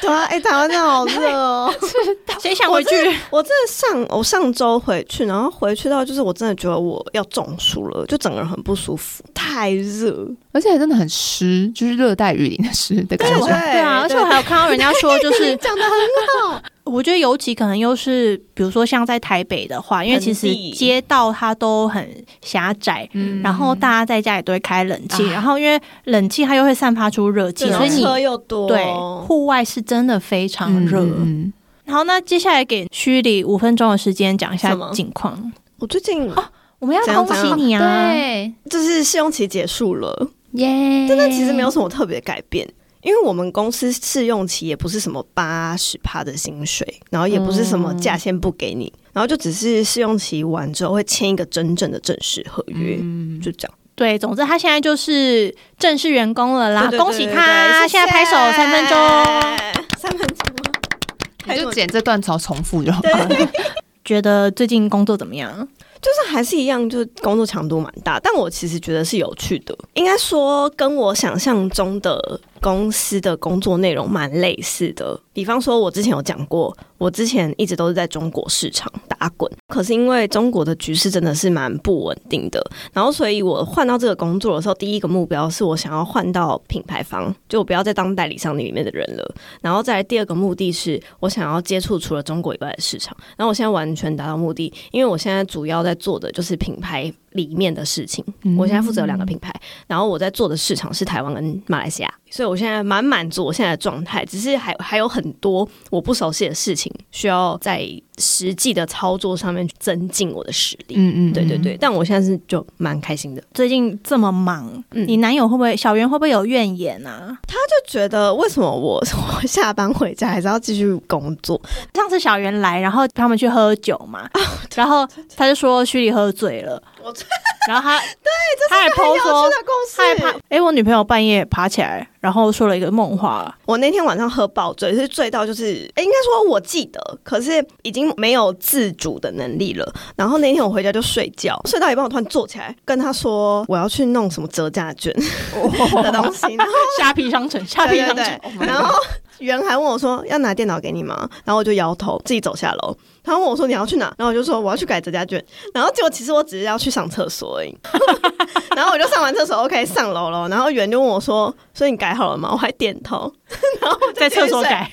C: 对啊，哎、台湾真的好热 哦！
B: 谁想回去？
C: 我真的上我上周回去，然后回去到就是我真的觉得我要中暑了，就整个人很不舒服，太热。
A: 而且真的很湿，就是热带雨林的湿的感觉。
B: 对啊，而且我还有看到人家说， 就是
C: 讲的很好，
B: 我觉得尤其可能又是，比如说像在台北的话，因为其实
C: 盆地
B: 街道它都很狭窄，
A: 嗯
B: 然后大家在家里都会开冷气，然后因为冷气它又会散发出热气，
A: 对
B: 所以你
C: 车又多，
B: 对户外是真的非常
A: 嗯
B: 热。
A: 嗯
B: 好，那接下来给虚里五分钟的时间讲一下
C: 什么
B: 近况。
C: 我最近
B: 我们要
C: 怎样
B: 恭喜
C: 怎样
B: 你
A: 嗯
B: 啊！
A: 对，
C: 就是试用期结束了，
A: 耶！
C: 但其实没有什么特别改变，因为我们公司试用期也不是什么八十趴的薪水，然后也不是什
B: 嗯
C: 么价先不给你，然后就只是试用期完之后会签一个真正的正式合约，
A: 嗯
C: 就这样。
B: 对，总之他现在就是正式员工了啦，
C: 对对对
B: 恭喜
C: 对
B: 他！
C: 对
B: 现在拍手三分钟。，
C: 谢谢三分钟吗，
A: 你就剪这段槽重复就好。
B: 觉得最近工作怎么样？
C: 就是还是一样，就是工作强度蛮大，但我其实觉得是有趣的。应该说，跟我想象中的公司的工作内容蛮类似的。比方说，我之前有讲过，我之前一直都是在中国市场打滚，可是因为中国的局势真的是蛮不稳定的，然后所以我换到这个工作的时候，第一个目标是我想要换到品牌方，就我不要再当代理商里面的人了。然后再来第二个目的是我想要接触除了中国以外的市场。然后我现在完全达到目的，因为我现在主要在做的就是品牌里面的事情。
A: 嗯
C: 我现在负责有两个品牌，然后我在做的市场是台湾跟马来西亚，所以我现在蛮满足我现在的状态，只是还还有很多我不熟悉的事情，需要在实际的操作上面去增进我的实力。
A: 嗯嗯，
C: 对对对，但我现在是就蛮开心的。
B: 最近这么忙，
C: 嗯
B: 你男友会不会小圆会不会有怨言啊？
C: 觉得为什么我 我下班回家还是要继续工作？
B: 上次小圆来，然后他们去喝酒嘛，
C: 哦
B: 然后他就说虚里喝醉了，然后 他对，他还 PO 说他还爬，哎、我女朋友半夜爬起来，然后说了一个梦 话，
C: 我那天晚上喝爆醉，是醉到就是，诶应该说我记得，可是已经没有自主的能力了。然后那天我回家就睡觉，睡到一半我突然坐起来，跟他说我要去弄什么折价券 的东西，然后
B: 虾皮商城，虾皮
C: 对对
B: 商
C: 对哦
B: 城，，
C: 然后袁还问我说要拿电脑给你吗？然后我就摇头，自己走下楼。他问我说你要去哪？然后我就说我要去改折价券。然后结果其实我只是要去上厕所而已。 然后我就上完厕所，OK 上楼了。然后袁就问我说，所以你改好了吗？我还点头。然后我就
B: 在厕所
C: 继续睡
B: 改，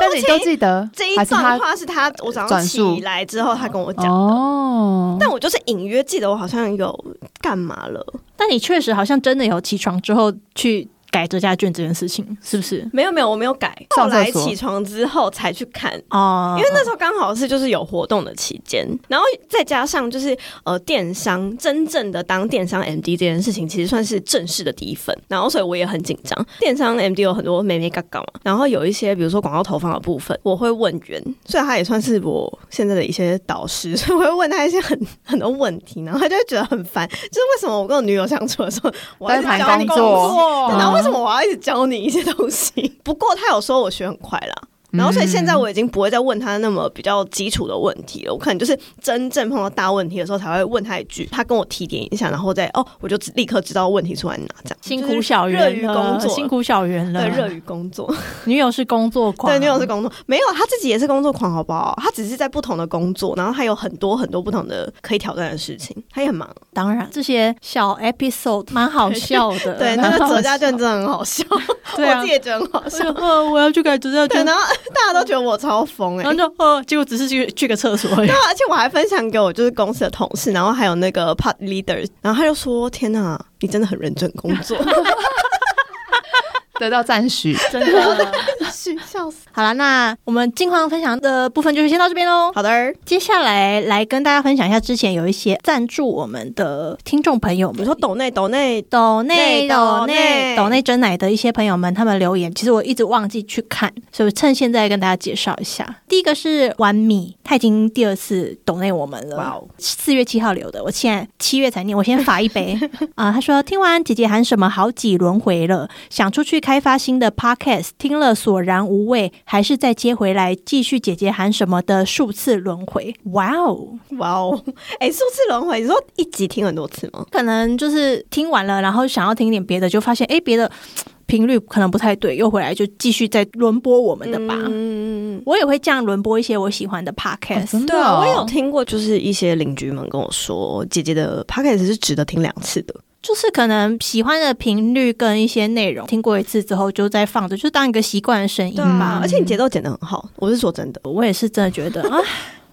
A: 但你都记得，
C: 这一
A: 还是
C: 段
A: 他
C: 话是他我早上
A: 转述
C: 起来之后他跟我讲，
A: 哦，
C: 但我就是隐约记得我好像有干嘛了，
B: 但你确实好像真的有起床之后去改折价券这件事情，是不是？
C: 没有没有我没有改，后
A: 上厕所
C: 来起床之后才去看。
B: 哦
C: 因为那时候刚好是就是有活动的期间，然后再加上就是呃电商真正的当电商 MD 这件事情，其实算是正式的第一份，然后所以我也很紧张。电商 MD 有很多美眉嘎嘎嘛，然后有一些比如说广告投放的部分，我会问袁，所以他也算是我现在的一些导师，所以我会问他一些很很多问题，然后他就会觉得很烦，就是为什么我跟我女友相处的时候，我要一直
A: 在谈
C: 教你
A: 工作
B: 哦
A: 哦
C: 然后为什么我要一直教你一些东西？ 不过他有说我学很快啦。然后，所以现
B: 嗯
C: 在我已经不会再问他那么比较基础的问题了。我可能就是真正碰到大问题的时候才会问他一句，他跟我提点一下，然后再哦，我就立刻知道问题出在哪。这样
B: 辛苦小
C: 就是热
B: 圆
C: 于
B: 了，
C: 工作，
B: 辛苦小圆了。
C: 对热于工作，
B: 女友是工作狂，
C: 对女友是工作，没有他自己也是工作狂，好不好？他只是在不同的工作，然后他有很多很多不同的可以挑战的事情，他也很忙。
B: 当然这些小 episode 蛮好笑的。
C: 对，那个折价券真的很好笑，
B: 嗯对啊
C: 我自己也觉得很好笑。
B: 就呃， 我要去改折价
C: 对，
B: 券，
C: 然后 大家都觉得我超疯 哎、
B: 然后就呃，结果只是去去个厕所而已
C: 对。啊，而且我还分享给我就是公司的同事，然后还有那个 part leader，然后他就说：“天哪，你真的很认真工 作。
A: 嗯得到赞许，
B: 真的。”
C: 笑死。
B: 好了，那我们近况分享的部分就是先到这边喽。
C: 好的，
B: 接下来来跟大家分享一下之前有一些赞助我们的听众朋友
C: 你
B: 们，
C: 说抖内抖内，
B: 抖内
C: 内
B: 抖内
C: 抖内
B: 抖内真奶的一些朋友们，他们留言，其实我一直忘记去看，所以我趁现在跟大家介绍一下。第一个是完米，他已经第二次抖内我们了。
C: 哇哦，
B: 四月七号留的，我现在七月才念，我先罚一杯啊、他说听完姐姐喊什么好几轮回了，想出去开发新的 podcast，听了索然无味，还是再接回来继续姐姐喊什么的数次轮回。哇哦！
C: 哇哦， 哎，数次轮回，你说一集听很多次吗？
B: 可能就是听完了，然后想要听一点别的，就发现诶别的频率可能不太对，又回来就继续再轮播我们的吧。
C: 嗯，
B: 我也会这样轮播一些我喜欢的
A: 哦
B: podcast，、
A: 真的
C: 对啊，
A: 哦
C: 我也有听过，就是一些邻居们跟我说，姐姐的 podcast 是值得听两次的。
B: 就是可能喜欢的频率跟一些内容，听过一次之后就再放着，就当一个习惯的声音
A: 啊
B: 吧。
C: 而且你节奏剪得很好，我是说真的。
B: 我也是真的觉得 啊，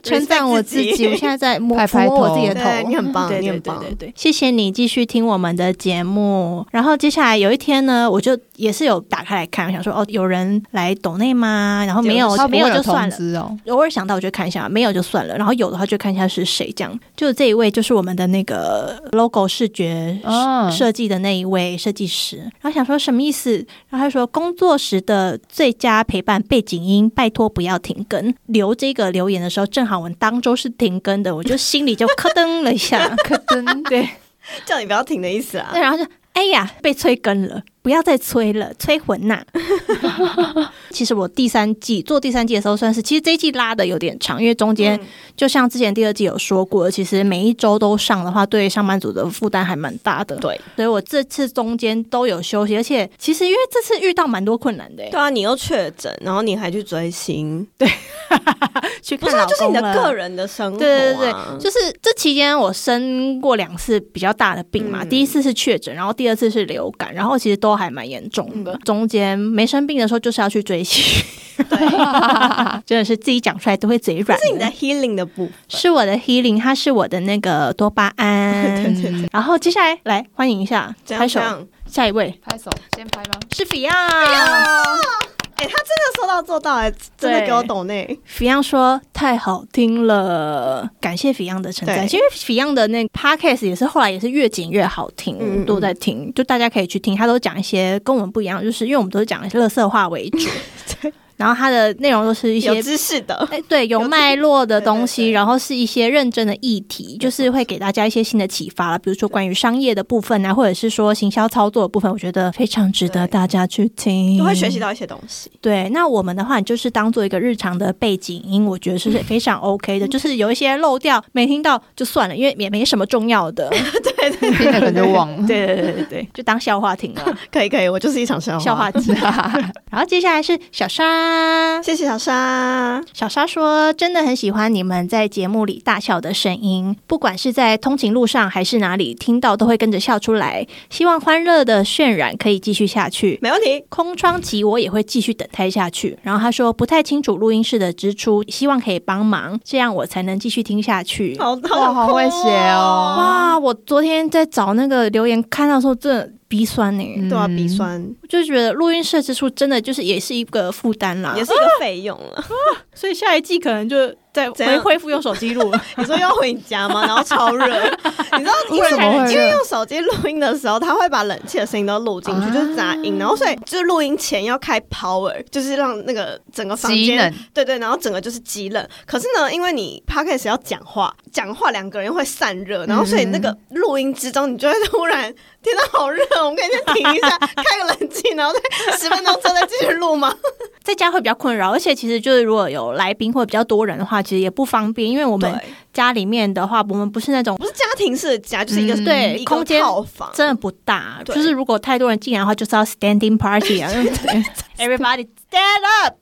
B: 称赞我自
C: Respect 自
B: 己，
C: 己
B: 我现在在摸
A: 拍
B: 抚
A: 拍
B: 摸我
A: 头
B: 自己的头，
C: 对你很棒，
B: 对
C: 你
B: 对
C: 很
B: 对
C: 棒
B: 对。对，谢谢你继续听我们的节目。然后接下来有一天呢，我就也是有打开来看，我想说哦，有人来抖内吗？然后没有
A: 他不
B: 没
A: 会有
B: 有就算
A: 通
B: 了。
A: 知哦，
B: 偶尔想到我就看一下，没有就算了。然后有的话就看一下是谁这样。就这一位就是我们的那个 logo 视觉
A: 嗯，
B: 设计的那一位设计师，然后想说什么意思，然后他说工作时的最佳陪伴背景音，拜托不要停更。留这个留言的时候，正好我们当周是停更的，我就心里就咯噔了一下，
A: 可真对，
C: 叫你不要停的意思啊
B: 对，。然后就哎呀被催更了，不要再催了，催魂呐、其实我第三季做第三季的时候，算是其实这一季拉的有点长，因为中
C: 嗯
B: 间就像之前第二季有说过，其实每一周都上的话，对上班族的负担还蛮大的。
C: 对
B: 所以我这次中间都有休息，而且其实因为这次遇到蛮多困难的耶，欸
C: 对啊，你又确诊，然后你还去追星，
B: 去
C: 不
B: 看
C: 是、啊，就是你的个
B: 人。
C: 人的生活、啊，
B: 对对对就是这期间我生过两次比较大的病嘛，
C: 嗯
B: 第一次是确诊，然后第二次是流感，然后其实都还蛮严重的。中间没生病的时候就是要去追星， 真的是自己讲出来都会嘴软。
C: 这是你的 healing 的部分。
B: 是我的 healing，它是我的那个多巴 胺。
A: 嗯
B: 然后接下来来欢迎一下，
C: 这
B: 拍
C: 样这
B: 手，
C: 样，
B: 下一位
A: 拍手先拍吗？
B: 是 Fion。
C: 哎、他真的说到做到、哎，真的
B: 对
C: 给我抖内。
B: Fion 说太好听了，感谢 Fion 的称赞，
C: 对
B: 因为 Fion 的那个 podcast 也是后来也是越剪越好听，
C: 嗯嗯
B: 都在 听，就大家可以去听，他都讲一些跟我们不一样，就是因为我们都是讲乐色话为主。然后它的内容都是一些
C: 有知识的，
B: 哎，对，有
C: 有自己
B: 脉络的东西，
C: 对对对
B: 然后是一些认真的议题，就是会给大家一些新的启发了。比如说关于商业的部分啊，或者是说行销操作的部分，我觉得非常值得
C: 对
B: 大家去听，
C: 都会学习。到一些东西。
B: 对，那我们的话，你就是当做一个日常的背景音，我觉得是非常 OK 的。就是有一些漏掉没听到就算了，因为也没什么重要的。
C: 对 对
A: 听了可能就忘了。
B: 对对对对对，就当笑话听了，
C: 可以可以，我就是一场笑话。
B: 笑话集。然后接下来是小沙，
C: 谢谢小沙，
B: 小沙说：“真的很喜欢你们在节目里大笑的声音，不管是在通勤路上还是哪里听到，都会跟着笑出来。希望欢乐的渲染可以继续下去。
C: 没问题。
B: 空窗期我也会继续等待下去。”然后他说：“不太清楚录音室的支出，希望可以帮忙，这样我才能继续听下去。”
C: 好，
A: 哇，
C: 好
A: 好会写 哦！
B: 哇！我昨天在找那个留言，看到的时候真的鼻酸呢、欸
A: 嗯
C: 对啊，鼻酸、
B: 我就觉得录音室的支出真的就是也是一个负担啦
C: 也。是一个费用啊了。
B: 所以下一季可能就再
C: 怎样
B: 恢复用手机录了。
C: 你说又要回你家吗？然后超热，你知道因为
A: 为什么会
C: 因为
A: 热
C: 用手机录音的时候，它会把冷气的声音都录进去，
A: 啊
C: 就是杂音，然后所以就是录音前要开 power，就是让那个整个房
A: 极
C: 间
A: 冷，
C: 对对，然后整个就是极冷。可是呢，因为你 podcast 要讲话，讲话两个人会散热，然后所以那个录音之中，你就会突然天呐，好热，我们可以先停 一下，开个冷气，然后再 十分钟之后再继续录吗？
B: 在家会比较困扰，而且其实就是如果有来宾或者比较多人的话，其实也不方便，因为我们
C: 对，
B: 家里面的话，我们不是那种
C: 不是家庭式的家，就是一个、
A: 嗯
B: 对
C: 一个
B: 空间
C: 套房，
B: 真的不大，
C: 啊对
B: 就是如果太多人进来的话，就是要 standing party 啊 ，everybody stand up，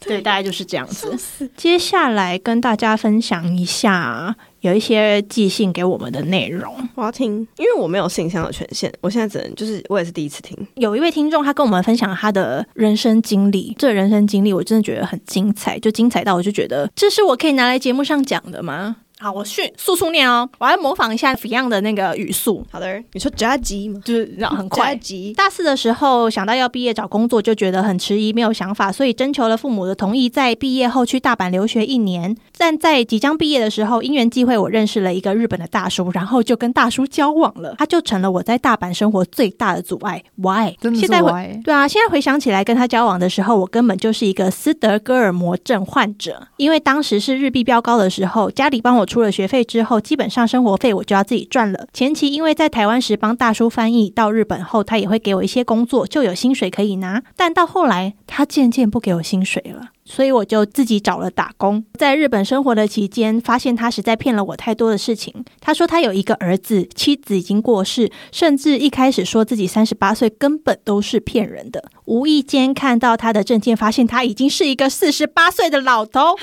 B: 对，对，大概就是这样子。接下来跟大家分享一下有一些寄信给我们的内容。
C: 我要听，因为我没有信箱的权限，我现在只能就是我也是第一次听，
B: 有一位听众，他跟我们分享他的人生经历，这个人生经历我真的觉得很精彩，就精彩到我就觉得这是我可以拿来节目上讲的吗？好，我迅速速念哦，我要模仿一下 Beyond 的那个语速，
C: 好的，你说 judge 吗？
B: 就是然后很快
C: judge，
B: 大四的时候想到要毕业找工作，就觉得很迟疑，没有想法，所以征求了父母的同意，在毕业后去大阪留学一年。但在即将毕业的时候，因缘际会，我认识了一个日本的大叔，然后就跟大叔交往了，他就成了我在大阪生活最大的阻碍。Why？
A: 真的
B: 现
A: 是
B: 在回
A: Y，
B: 对啊，现在回想起来，跟他交往的时候，我根本就是一个斯德哥尔摩症患者。因为当时是日币飙高的时候，家里帮我出了学费之后，基本上生活费我就要自己赚了。前期因为在台湾时帮大叔翻译，到日本后他也会给我一些工作，就有薪水可以拿。但到后来，他渐渐不给我薪水了。所以我就自己找了打工。在日本生活的期间，发现他实在骗了我太多的事情。他说他有一个儿子，妻子已经过世，甚至一开始说自己三十八岁，根本都是骗人的。无意间看到他的证件，发现他已经是一个四十八岁的老头。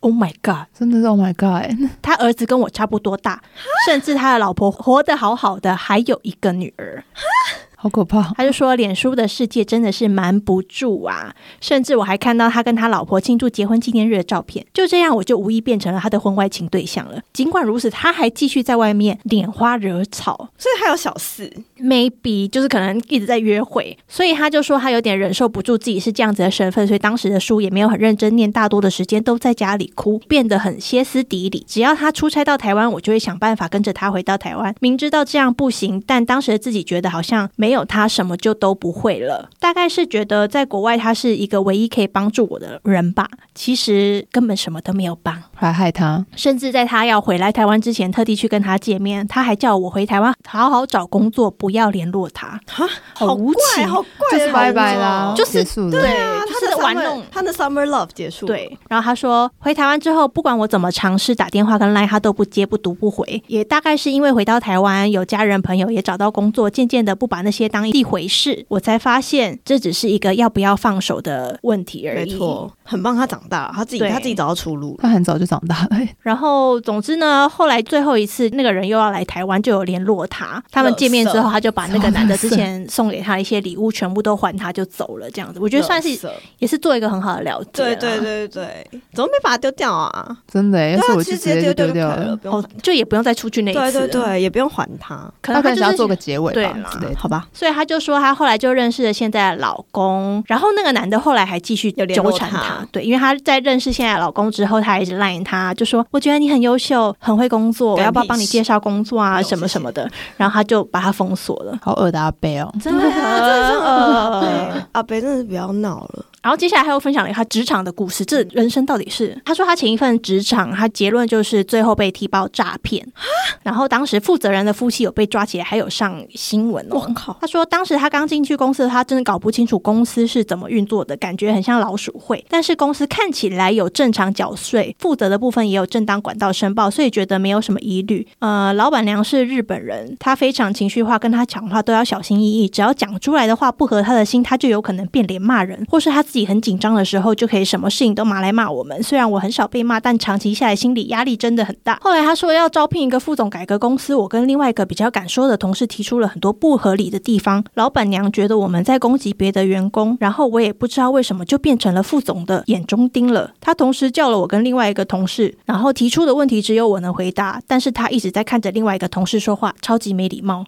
B: Oh my god！
A: 真的是 Oh my God！
B: 他儿子跟我差不多大，甚至他的老婆活得好好的，还有一个女儿。
A: 好可怕！
B: 他就说，脸书的世界真的是瞒不住啊！甚至我还看到他跟他老婆庆祝结婚纪念日的照片。就这样，我就无意变成了他的婚外情对象了。尽管如此，他还继续在外面拈花惹草。
C: 所以还有小四，
B: maybe 就是可能一直在约会，所以他就说他有点忍受不住自己是这样子的身份，所以当时的书也没有很认真念，大多的时间都在家里哭，变得很歇斯底里。只要他出差到台湾，我就会想办法跟着他回到台湾。明知道这样不行，但当时的自己觉得好像没有他什么就都不会了，大概是觉得在国外他是一个唯一可以帮助我的人吧，其实根本什么都没有帮。
A: 还害他，
B: 甚至在他要回来台湾之前，特地去跟他见面。他还叫我回台湾好好找工作，不要联络他。好
C: 好
B: 无
C: 怪，
B: 情，
C: 好怪
A: 就
C: 的人哦，
A: 是拜拜啦，
B: 就是
A: 结束了。
B: 对
C: 啊，
B: 就
C: 他
B: 是
C: 的
B: 玩
C: summer-
B: 弄
C: 他的 summer love 结束，
B: 对，，然后他说回台湾之后，不管我怎么尝试打电话跟赖，他都不接、不读、不回。也大概是因为回到台湾，有家人朋友，也找到工作，渐渐的不把那些当一回事，我才发现这只是一个要不要放手的问题而
C: 没
B: 已。
C: 错，很棒，他长大，他自己
B: 对
C: 他自己找到出路了。
A: 他很早就长大 了、欸
B: 然后，总之呢，后来最后一次那个人又要来台湾，就有联络他。他们见面之后，他就把那个男的之前送给他一些礼物全部都还他，就走了。这样子，我觉得算是
C: 垃圾
B: 也是做一个很好的了解啊
C: 对
B: 啦。
C: 对对对，怎么没把它丢掉啊？
A: 真的、欸，要
C: 对
A: 是
C: 啊，
A: 我
C: 其
A: 就
C: 实
A: 直接就
C: 丢
A: 丢掉
C: 可以了，
A: 了。
C: 不用
B: 哦
C: 还。，
B: 就也不用再出去那一
C: 对
B: 次了。
C: 对对，也不用还他。
B: 可
A: 他
B: 能
A: 可能
B: 他就是
A: 想要做个结尾
B: 对
A: 吧
B: 啦
A: 之类的。
C: 好吧，
B: 所以他就说，他后来就认识了现在的老公，然后那个男的后来还继续
C: 有联络
B: 纠缠
C: 他
B: 她，对，因为他在认识现在的老公之后，他还一直赖他，就说我觉得你很优秀，很会工作，我
C: 干
B: 要不要
C: 屁
B: 帮你
C: 事
B: 介绍工作啊，
C: 有
B: 什么
C: 谢
B: 什么的，然后他就把他封锁了。
A: 好恶的阿贝哦，
B: 真的，呃
C: 呃对啊真的是很恶阿北真的是不要闹了，
B: 然后接下来他又分享了他职场的故事，这人生到底是？他说他前一份职场，他结论就是最后被踢爆诈骗，然后当时负责人的夫妻有被抓起来，还有上新闻哦。
C: 靠！
B: 他说，当时他刚进去公司，他真的搞不清楚公司是怎么运作的，感觉很像老鼠会。但是公司看起来有正常缴税，负责的部分也有正当管道申报，所以觉得没有什么疑虑。呃，老板娘是日本人，她非常情绪化，跟她讲话都要小心翼翼，只要讲出来的话不合她的心，她就有可能变脸骂人，或是她自己很紧张的时候就可以什么事情都拿来骂我们。虽然我很少被骂，但长期下来心理压力真的很大。后来她说要招聘一个副总改革公司，我跟另外一个比较敢说的同事提出了很多不合理的地方，老板娘觉得我们在攻击别的员工，然后我也不知道为什么就变成了副总的眼中钉了。她同时叫了我跟另外一个同事，然后提出的问题只有我能回答，但是她一直在看着另外一个同事说话，超级没礼貌。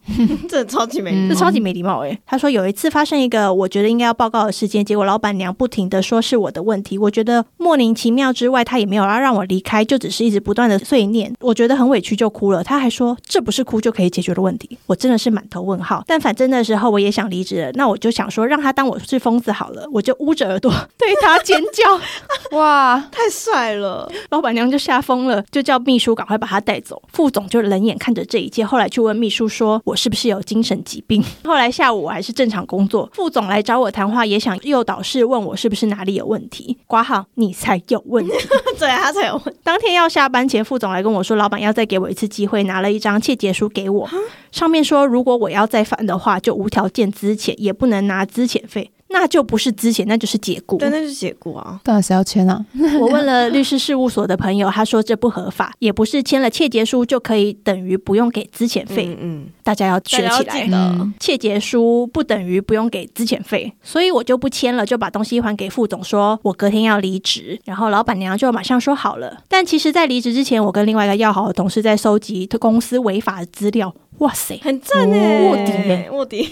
C: 这超级没礼貌
A: 嗯
B: 这超级没礼貌诶、欸他说有一次发生一个我觉得应该要报告的事件，结果老板娘不停的说是我的问题，我觉得莫名其妙之外，她也没有要让我离开，就只是一直不断的碎念，我觉得很委屈就哭了。她还说这不是哭就可以解决的问题，我真的是满头问号。但反正那时候我也想离职了，那我就想说让她当我是疯子好了，我就捂着耳朵对她尖叫，
A: 哇，
C: 太帅了，
B: 老板娘就吓疯了，就叫秘书赶快把她带走。副总就冷眼看着这一切，后来去问秘书说：“我是不是有精神疾病？” 后来下午我还是正常工作，副总来找我谈话，也想诱导式问我是不是哪里有问题。挂号，你才有问题。
C: 对啊他才有问。
B: 当天要下班前，副总来跟我说，老板要再给我一次机会，拿了一张切结书给我，上面说如果我要再犯的话，就无条件资遣，也不能拿资遣费。那就不是资遣，那就是解雇。
C: 对，那就是解雇啊。
A: 到底谁要签啊？
B: 我问了律师事务所的朋友，他说这不合法，也不是签了切结书就可以等于不用给资遣费，
C: 嗯，
B: 大家要学起
C: 大家要
B: 来
C: 记。得
A: 嗯
B: 切结书不等于不用给资遣费，所以我就不签了，就把东西还给副总说我隔天要离职。然后老板娘就马上说好了。但其实，在离职之前，我跟另外一个要好的同事在收集公司违法的资料。哇塞！
C: 很
A: 哦
C: 赞哎，
B: 卧底耶
C: 卧底，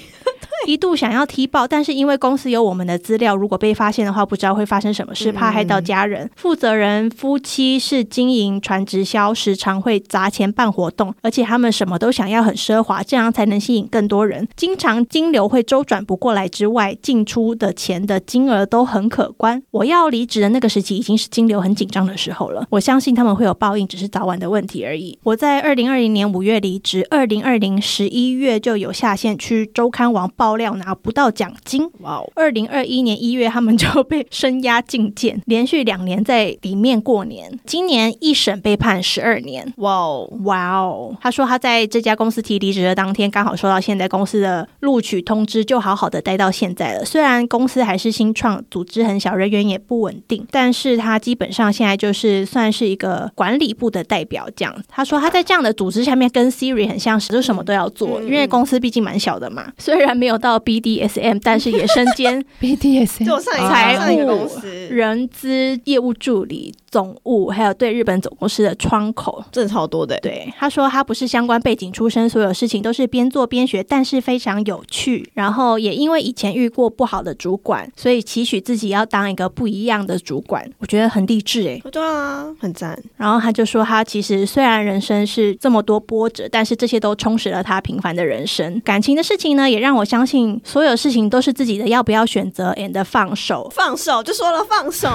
B: 一度想要踢爆，但是因为公司有我们的资料，如果被发现的话，不知道会发生什么事，
C: 嗯
B: 怕害到家人。负责人夫妻是经营传直销，时常会砸钱办活动，而且他们什么都想要很奢华，这样才能吸引更多人。经常金流会周转不过来之外，进出的钱的金额都很可观。我要离职的那个时期已经是金流很紧张的时候了，我相信他们会有报应，只是早晚的问题而已。我在二零二零年五月离职，二零二零十一月就有下线区周刊网爆料拿不到奖金，
C: 哇哦，
B: 二零二一年一月，他们就被声押禁见，连续两年在里面过年。今年一审被判十二年。
C: 哇哦，
B: 哇哦！他说他在这家公司提离职的当天，刚好收到现在公司的录取通知，就好好的待到现在了。虽然公司还是新创，组织很小，人员也不稳定，但是他基本上现在就是算是一个管理部的代表这样。他说他在这样的组织下面跟 Siri 很像，就什么都要做，
C: 嗯嗯
B: 因为公司毕竟蛮小的嘛。虽然没有到 BDSM，但是也身兼
A: BDS
C: 就我上一个
A: 哦
B: 财务
C: 上一个公司，
B: 人资业务助理、总务，还有对日本总公司的窗口。
C: 真的超多的，，欸
B: 对，他说他不是相关背景出身，所有事情都是边做边学，但是非常有趣。然后也因为以前遇过不好的主管，所以期许自己要当一个不一样的主管，我觉得很励志诶。
C: 对啊，很赞，
B: 然后他就说，他其实虽然人生是这么多波折，但是这些都充实了他平凡的人生。感情的事情呢，也让我相信所有事情都是自己的，要不要选择 and 放手。
C: 放手就说了放手，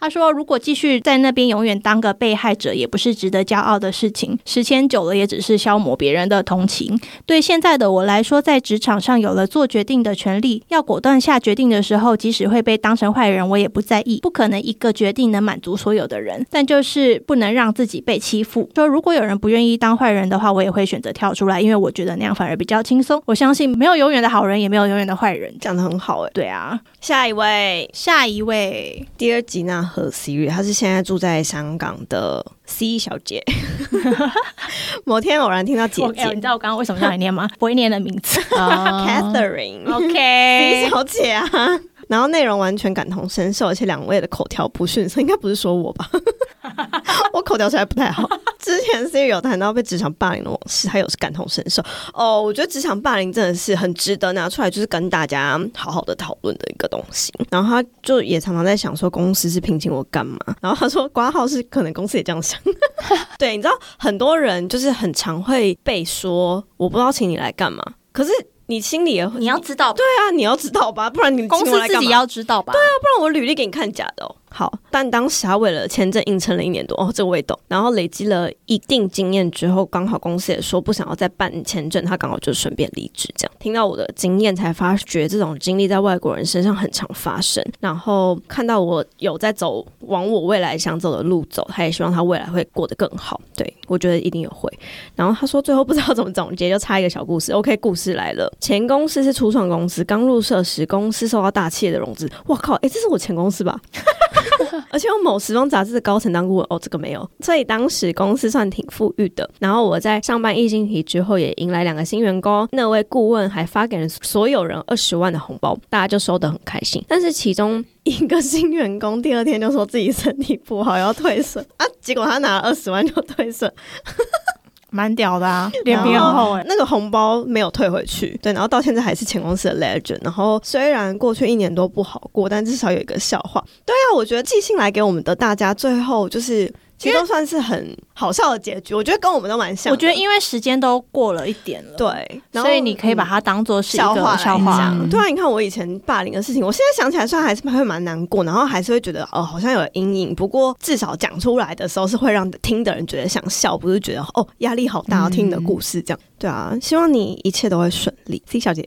B: 他说：“如果继续在那边永远当个被害者，也不是值得骄傲的事情。时间久了，也只是消磨别人的同情。对现在的我来说，在职场上有了做决定的权利，要果断下决定的时候，即使会被当成坏人，我也不在意。不可能一个决定能满足所有的人，但就是不能让自己被欺负。说如果有人不愿意当坏人的话，我也会选择跳出来，因为我觉得那样反而比较轻松。我相信没有永远的好人，也没有永远的坏人。
C: 讲的很好哎。
B: 对啊，
C: 下一位，
B: 下一位。”
C: 第二吉娜和 Siri，她是现在住在香港的 C 小 姐。某天偶然听到姐
B: 我哎
C: 姐
B: 你知道我刚刚为什么让你念 吗？不会念的名字。
A: 啊
C: Catherine C
B: OK，
C: 小姐啊，然后内容完全感同身受，而且两位的口条不逊色，应该不是说我吧？ 我口条实在不太好。之前 Siri 有谈到被职场霸凌的往事，她有是感同身受。哦，我觉得职场霸凌真的是很值得拿出来，就是跟大家好好的讨论的一个东西。然后她就也常常在想说，公司是聘请我干嘛？然后她说，挂号是可能公司也这样想。 对，你知道很多人就是很常会被说，我不知道请你来干嘛。可是你心里也会
B: 你要知道吧，对，
C: 对啊，你要知道吧，不然你
B: 公
C: 请我
B: 司
C: 来
B: 自
C: 干
B: 己
C: 嘛
B: 要知道吧。对啊，
C: 不然我履历给你看假的哦。好，但当时他为了签证硬撑了一年多，哦，这个我也懂。然后累积了一定经验之后，刚好公司也说不想要再办签证，他刚好就顺便离职。这样听到我的经验，才发觉这种经历在外国人身上很常发生。然后看到我有在走往我未来想走的路走，他也希望他未来会过得更好。对我觉得一定有会。然后他说最后不知道怎么总结，就插一个小故事。OK，故事来了，前公司是初创公司，刚入社时公司受到大企业的融资。我靠，诶，这是我前公司吧？ 而且我某时装杂志的高层当顾问，哦，这个没有，所以当时公司算挺富裕的。然后我在上班一星期之后，也迎来两个新员工，那位顾问还发给了所有人二十万的红包，大家就收得很开心。但是其中一个新员工第二天就说自己身体不好要退税啊，结果他拿了二十万就退税，
B: 蛮屌的啊，脸
C: 然
B: 皮很厚
C: 后
B: 哎。
C: 那个红包没有退回去，对，然后到现在还是前公司的 legend。然后虽然过去一年多不好过，但至少有一个笑话。对啊，我觉得寄信来给我们的大家，最后就是其实都算是很好笑的结局。我觉得跟我们都蛮像的。
B: 我觉得因为时间都过了一点了，，
C: 对，然后
B: 所以你可以把它当做是一
C: 笑
B: 个
C: 话
B: 笑
C: 来
B: 话。
C: 讲。对啊，你看我以前霸凌的事情，我现在想起来虽然还是会蛮难过，然后还是会觉得哦，好像有阴影。不过至少讲出来的时候是会让听的人觉得想笑，不是觉得哦压力好大，要听你的故事这样。对啊，希望你一切都会顺利，C 小姐。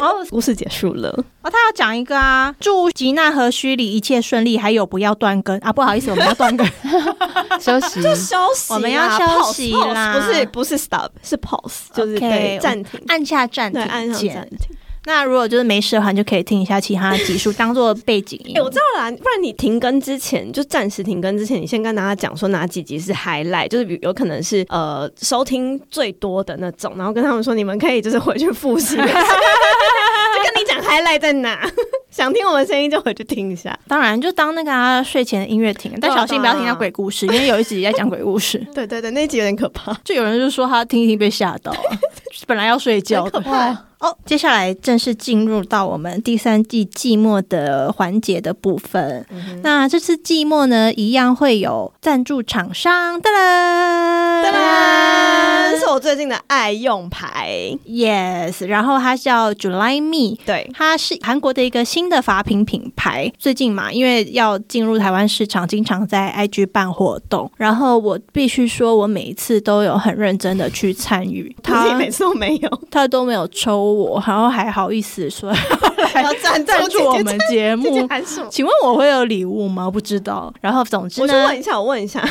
B: 哦
C: 故事结束了，
B: 哦，他要讲一个啊，祝吉娜和须里一切顺利，还有不要断更啊！不好意思，我们要断更。
A: 啊休 息。
C: 休息啦
B: 我们要休息
C: pause，pause，
B: 啦
C: 不是不是 stop，是 pause，就是
B: OK，
C: 对
B: 我
C: 暂停，
B: 按下暂
C: 对，按
B: 停
C: 上暂
B: 键。
C: 停。
B: 那如果就是没事的话，你就可以听一下其他的集数，当做背景音。
C: 哎、我知道啦，不然你停更之前，就暂时停更之前，你先跟大家讲说哪几集是 highlight，就是比有可能是呃收听最多的那种，然后跟他们说你们可以就是回去复 习，就跟你讲 highlight 在哪，想听我们声音就回去听一下。
B: 当然就当那个、啊、睡前的音乐听，但小心不要听到鬼故事，因为有一集在讲鬼故事，
C: 对对对，那集有点可怕。
B: 就有人就说他听一听被吓到、啊，本来要睡觉的。
A: 哇，
B: 哦，接下来正式进入到我们第三季寂寞的环节的部分。
C: 嗯
B: 那这次寂寞呢，一样会有赞助厂商，哒啦
C: 噔噔，这是我最近的爱用牌，
B: ，yes，然后它叫 July Me，
C: 对，
B: 它是韩国的一个新的法品品牌。最近嘛，因为要进入台湾市场，经常在 IG 办活动，然后我必须说，我每一次都有很认真的去参与，
C: 他
B: 他
C: 每次都没有。
B: 他都没有抽我，然后还好意思说
C: 要赞
B: 赞助 我们节
C: 这
B: 目
C: 件。函数。
B: 请问我会有礼物吗？不知道。然后总之
C: 我去
B: 呢
C: 问，一下，我问一下，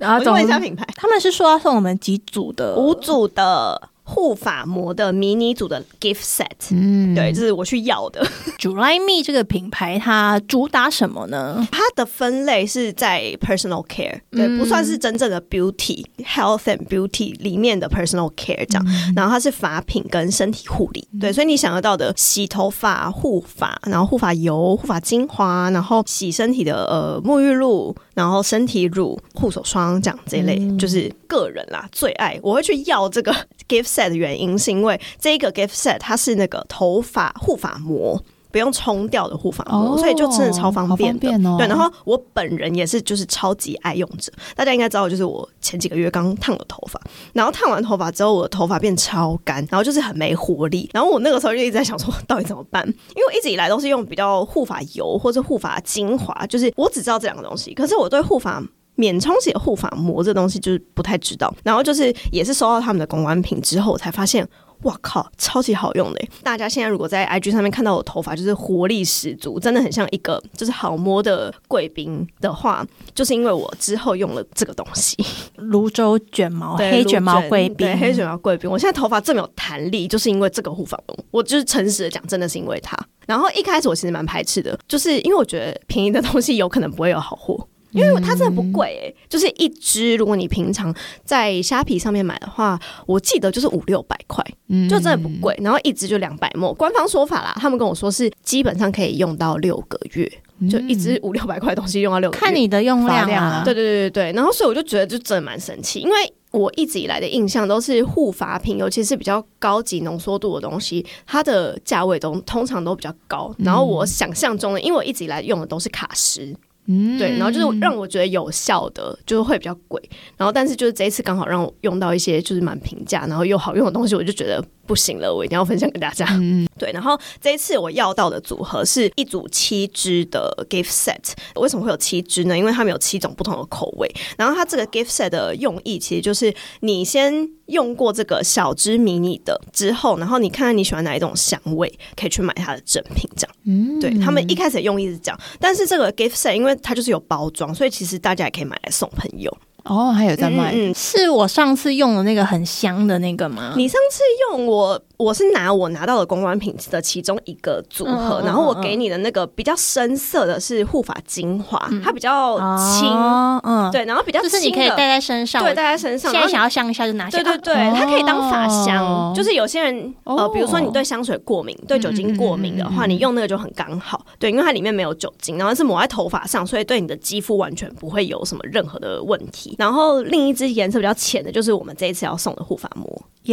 B: 然
C: 我
B: 后
C: 去
B: 总
C: 问一下
B: 之
C: 品牌，
B: 他们是说要送我们几组的
C: 五组的护发膜的迷你组的 gift set。
A: 嗯，
C: 对，这是我去要的。
B: July Me 这个品牌，它主打什么呢？
C: 它的分类是在 personal care，对，
B: 嗯
C: 不算是真正的 beauty health and beauty 里面的 personal care 这样。然后它是发品跟身体护理，对，所以你想得到的洗头发、护发，然后护发油、护发精华，然后洗身体的呃沐浴露，然后身体乳、护手霜这样这一类，就是个人啦最爱。我会去要这个 gift set 的原因，是因为这一个 gift set 它是那个头发护发膜。不用冲掉的护发膜，
A: 哦
C: 所以就真的超方便的。
A: 好方便哦
C: 对，然后我本人也是就是超级爱用者，大家应该知道，就是我前几个月刚烫了头发，然后烫完头发之后，我的头发变超干，然后就是很没活力。然后我那个时候就一直在想说，到底怎么办？因为我一直以来都是用比较护发油或者护发精华，就是我只知道这两个东西，可是我对护发。免冲洗的护发膜这东西就是不太知道，然后就是也是收到他们的公关品之后，我才发现哇靠，超级好用的耶！大家现在如果在 IG 上面看到我头发，就是活力十足，真的很像一个就是好摸的贵宾的话，就是因为我之后用了这个东西，
B: 泸州卷毛、
C: 对
B: 哦黑卷毛贵宾
C: 对，黑卷毛贵宾。我现在头发这么有弹力，就是因为这个护发膜。我就是诚实的讲，真的是因为它。然后一开始我其实蛮排斥的，就是因为我觉得便宜的东西有可能不会有好货。因为它真的不贵诶、
B: 嗯
C: 就是一支，如果你平常在虾皮上面买的话，我记得就是五六百块，
A: 嗯
C: 就真的不贵，然后一支就两百墨，官方说法啦，他们跟我说是基本上可以用到六个月，
A: 嗯
C: 就一支五六百块的东西用到六个
B: 嗯
C: 月。
B: 看你的用
A: 发
B: 量
A: 量
B: 啊
A: 啊，
C: 对对对对对，然后所以我就觉得就真的蛮神奇，因为我一直以来的印象都是护发品，尤其是比较高级浓缩度的东西，它的价位都通常都比较高。然
B: 嗯
C: 后我想象中的，因为我一直以来用的都是卡诗，
A: 嗯
C: 对，然后就是让我觉得有效的，就是会比较贵。然后但是就是这一次刚好让我用到一些就是蛮平价，然后又好用的东西，我就觉得不行了，我一定要分享给大家。
A: 嗯嗯
C: 对，然后这一次我要到的组合是一组七支的 gift set。为什么会有七支呢？因为它们有七种不同的口味。然后它这个 gift set 的用意其实就是你先用过这个小支迷你的之后，然后你看看你喜欢哪一种香味，可以去买它的正品这样。
A: 嗯
C: 对他们一开始的用意是这样，但是这个 gift set 因为它就是有包装，所以其实大家也可以买来送朋友。
A: 哦还有在卖，
C: 嗯嗯
B: 是我上次用的那个很香的那个吗？
C: 你上次用我，我是拿我拿到的公关品的其中一个组合，
B: 嗯嗯嗯
C: 然后我给你的那个比较深色的是护发精华，它比较轻，
B: 嗯哦嗯，，
C: 对，然后比较
B: 就
C: 轻
B: 是你可以
C: 的
B: 戴在身上，
C: 对
B: 我
C: 戴在身上，
B: 现在
C: 然后
B: 想要香一下就拿下，
C: 对对
B: 啊
C: 对，
A: 哦
C: 它可以当发香，就是有些人呃
A: 哦，
C: 比如说你对香水过敏，对酒精过敏的话，
A: 嗯嗯嗯嗯嗯
C: 你用那个就很刚好，对，因为它里面没有酒精，然后是抹在头发上，所以对你的肌肤完全不会有什么任何的问题。然后另一支颜色比较浅的，就是我们这一次要送的护发膜，
B: 啊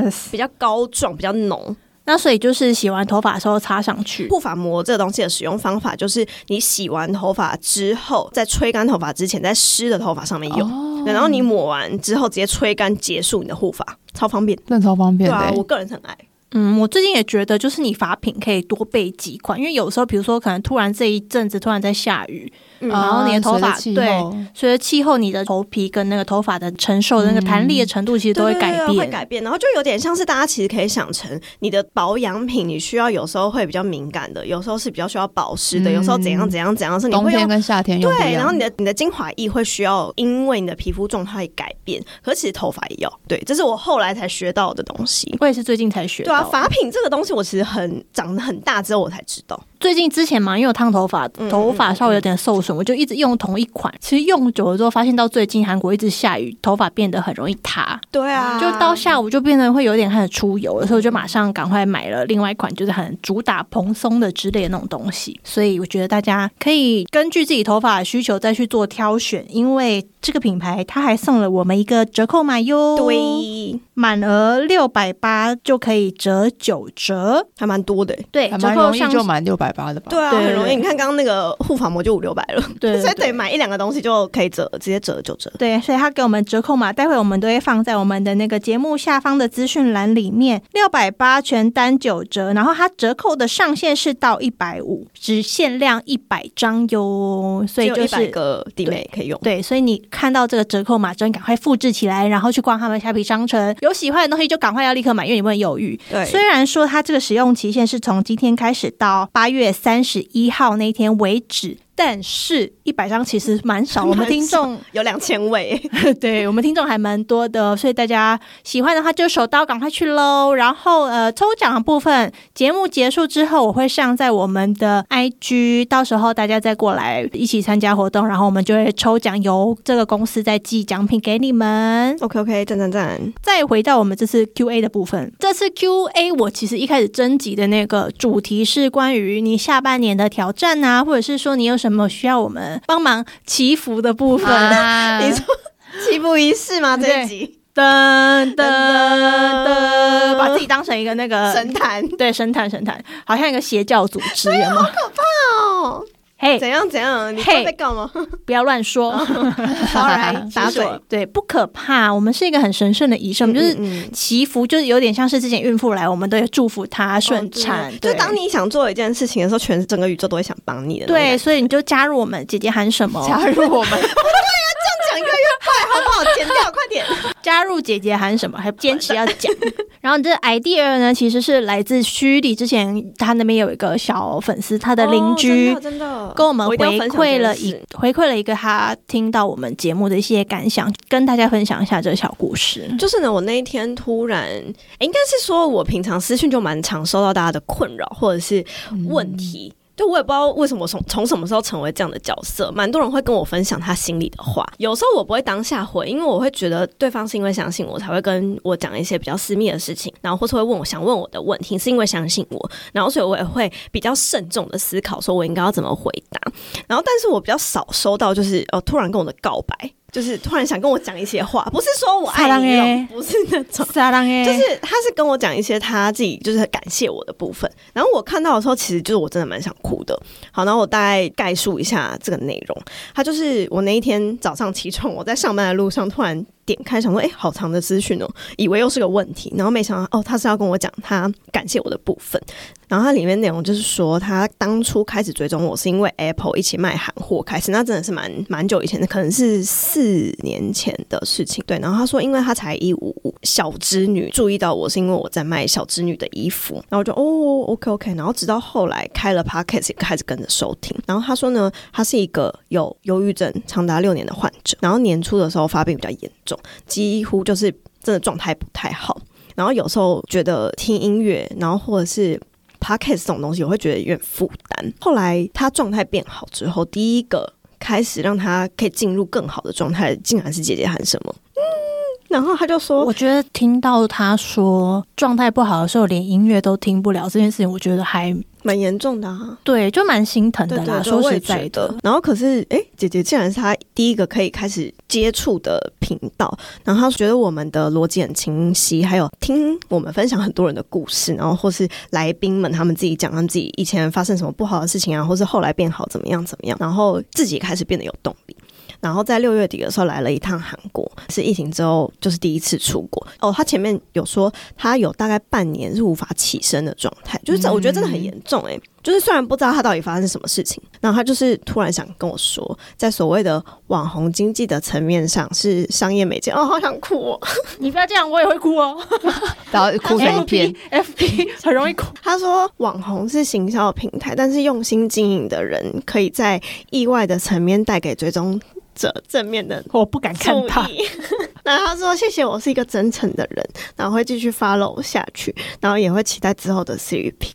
B: ，yes。
C: 比较膏状，比较浓。
B: 那所以就是洗完头发的时候擦上去，
C: 护发膜这个东西的使用方法就是你洗完头发之后，在吹干头发之前，在湿的头发上面用，
A: 哦
C: 嗯对然后你抹完之后直接吹干，结束你的护发，超方便。
A: 那超方便
C: 对
A: 的
C: 啊，
A: 欸，
C: 我个人是很爱。
B: 嗯，我最近也觉得，就是你发品可以多备几款，因为有时候，比如说，可能突然这一阵子突然在下雨，
C: 嗯
A: 啊
B: 然后你的头
A: 随
B: 发
A: 着气候
B: 随着气候，你的头皮跟那个头发的承受的那个弹力的程度，其实都会
C: 对对
B: 改
C: 对
B: 变。
C: 会改变。然后就有点像是大家其实可以想成，你的保养品你需要有时候会比较敏感的，有时候是比较需要保湿的，
A: 嗯
C: 有时候怎样怎样怎样是你
A: 冬
C: 会
A: 天
C: 用。
A: 跟夏天用不一
C: 对，
A: 样
C: 然后你的你的精华液会需要，因为你的皮肤状态改变，可是其实头发也要。对，这是我后来才学到的东西。
B: 我也是最近才学
C: 对啊
B: 到，，
C: 发品这个东西我其实很长得很大之后我才知道。
B: 最近之前嘛，因为我烫头发，
C: 嗯
B: 头发稍微有点受损，我就一直用同一款。其实用久了之后，发现到最近韩国一直下雨，头发变得很容易塌，
C: 对啊
B: 就到下午就变得会有点开始出油了，所以我就马上赶快买了另外一款，就是很主打蓬松的之类的那种东西。所以我觉得大家可以根据自己头发的需求再去做挑选，因为这个品牌它还送了我们一个折扣码哟，
C: 对，
B: 满额六百八就可以折九折，
C: 还蛮多的欸。
B: 对，
A: 还
B: 折
A: 蛮
B: 扣
A: 容易
B: 哎上
A: 就满六百八的吧？
C: 对啊，
B: 对
C: 很容易。
B: 对
C: 你看刚刚那个护发膜就五六百了，
B: 对
C: 所以得买一两个东西就可以折，直接折九折。
B: 对，所以他给我们折扣码，待会我们都会放在我们的那个节目下方的资讯栏里面，六百八全单九折，然后它折扣的上限是到一百五，只限量一百张哟，所以
C: 只有
B: 就
C: 一百
B: 是。
C: 个弟妹可以用。
B: 对，所以你看到这个折扣码真赶快复制起来，然后去逛他们的虾皮商城。有喜欢的东西就赶快要立刻买，因为你不能犹豫。
C: 对
B: 虽然说它这个使用期限是从今天开始到八月三十一号那一天为止，但是一百张其实蛮少，我们听众
C: 有两千 位，
B: 对我们听众还蛮多的，所以大家喜欢的话就手刀赶快去喽。然后呃，抽奖的部分节目结束之后，我会上在我们的 IG，到时候大家再过来一起参加活动，然后我们就会抽奖，由这个公司再寄奖品给你们。
C: OK OK，赞赞赞，
B: 再回到我们这次 Q A 的部分，这次 Q A 我其实一开始征集的那个主题是关于你下半年的挑战啊，或者是说你有什么需要我们帮忙祈福的部分。
A: 啊，
C: 你说七步一式吗？
B: 对
C: 这一集
B: 噔噔噔，把自己当成一个那个
C: 神坛
B: 对神坛神坛，好像一个邪教组织，有吗？
C: 哦，
B: 嘿
C: 怎样怎样？你
B: 嘿
C: 会被告吗？
B: 不要乱 说，
C: 来 打
B: 其实我
C: 嘴
B: 对，不可怕，我们是一个很神圣的仪式，我们就是
C: 嗯嗯
B: 祈福，就是有点像是之前孕妇来，我们都有祝福她顺
C: 哦
B: 产，
C: 对就
B: 对
C: 当你想做一件事情的时候，全整个宇宙都会想帮你的。
B: 对，，所以你就加入我们姐姐喊什么？
A: 加入我们，
C: 讲越来越坏，好不好？剪掉，快点。
B: 加入姐姐喊什么，还 坚持要讲。 然后这 idea 呢，其实是来自虚里之前他那边有一个小粉丝，他的邻居、
C: 哦 真的真的
B: 跟我们回
C: 一定要分享
B: 馈了
C: 这件
B: 一
C: 事
B: 回馈了一个他听到我们节目的一些感想，跟大家分享一下这个小故事。
C: 就是呢，我那一天突然，诶应该是说我平常私讯就蛮常收到大家的困扰或者是
B: 嗯
C: 问题。就我也不知道为什么从从什么时候成为这样的角色，蛮多人会跟我分享他心里的话。有时候我不会当下回，因为我会觉得对方是因为相信我才会跟我讲一些比较私密的事情，然后或是会问我想问我的问题，是因为相信我，然后所以我也会比较慎重的思考，说我应该要怎么回答。然后，但是我比较少收到，就是呃，突然跟我的告白，就是突然想跟我讲一些话，不是说我爱
B: 撒
C: 你
B: 浪
C: 那
B: 欸
C: 种，不是那种，
B: 撒浪哎
C: 就是他是跟我讲一些他自己就是很感谢我的部分。然后我看到的时候，其实就是我真的蛮想哭的。好，然后我大概概述一下这个内容。他就是我那一天早上起床，我在上班的路上突然点开，想说，哎、好长的资讯哦，以为又是个问题，然后没想到，哦，他是要跟我讲他感谢我的部分。然后它里面内容就是说，他当初开始追踪我是因为 Apple 一起卖韩货开始，那真的是蛮蛮久以前的，可能是四年前的事情。对，然后他说，因为他才一五五，小织女注意到我是因为我在卖小织女的衣服，然后我就哦，OK OK，然后直到后来开了 Podcast 也开始跟着收听。然后他说呢，他是一个有忧郁症长达六年的患者，然后年初的时候发病比较严重，几乎就是真的状态不太好。然后有时候觉得听音乐，然后或者是 podcast 这种东西，我会觉得有点负担。后来他状态变好之后，第一个开始让他可以进入更好的状态，竟然是姐姐喊什么？嗯，然后他就说，
B: 我觉得听到他说状态不好的时候，连音乐都听不了这件事情，我觉得还
C: 蛮严重的啊。
B: 对，就蛮心疼的
C: 对
B: 啦。
C: 对，
B: 说实
C: 我
B: 在
C: 也觉得，然后可是，哎、姐姐竟然是她第一个可以开始接触的频道，然后她觉得我们的逻辑很清晰，还有听我们分享很多人的故事，然后或是来宾们他们自己讲他们自己以前发生什么不好的事情啊，或是后来变好怎么样怎么样，然后自己开始变得有动力。然后在六月底的时候来了一趟韩国，是疫情之后就是第一次出国。哦，他前面有说他有大概半年是无法起身的状态，就是这我觉得真的很严重诶、就是虽然不知道他到底发生什么事情，然后他就是突然想跟我说，在所谓的网红经济的层面上是商业美见哦，好想哭、哦。
E: 你不要这样，我也会哭 哦。
A: 然
B: 哎
A: 后哭成一片。
E: FB 很容易哭。
C: 他说，网红是行销的平台，但是用心经营的人可以在意外的层面带给追踪者正面的
B: 我不敢看 他
C: 注。意。然后他说：“谢谢，我是一个真诚的人，然后会继续 follow 下去，然后也会期待之后的 C 语 pick。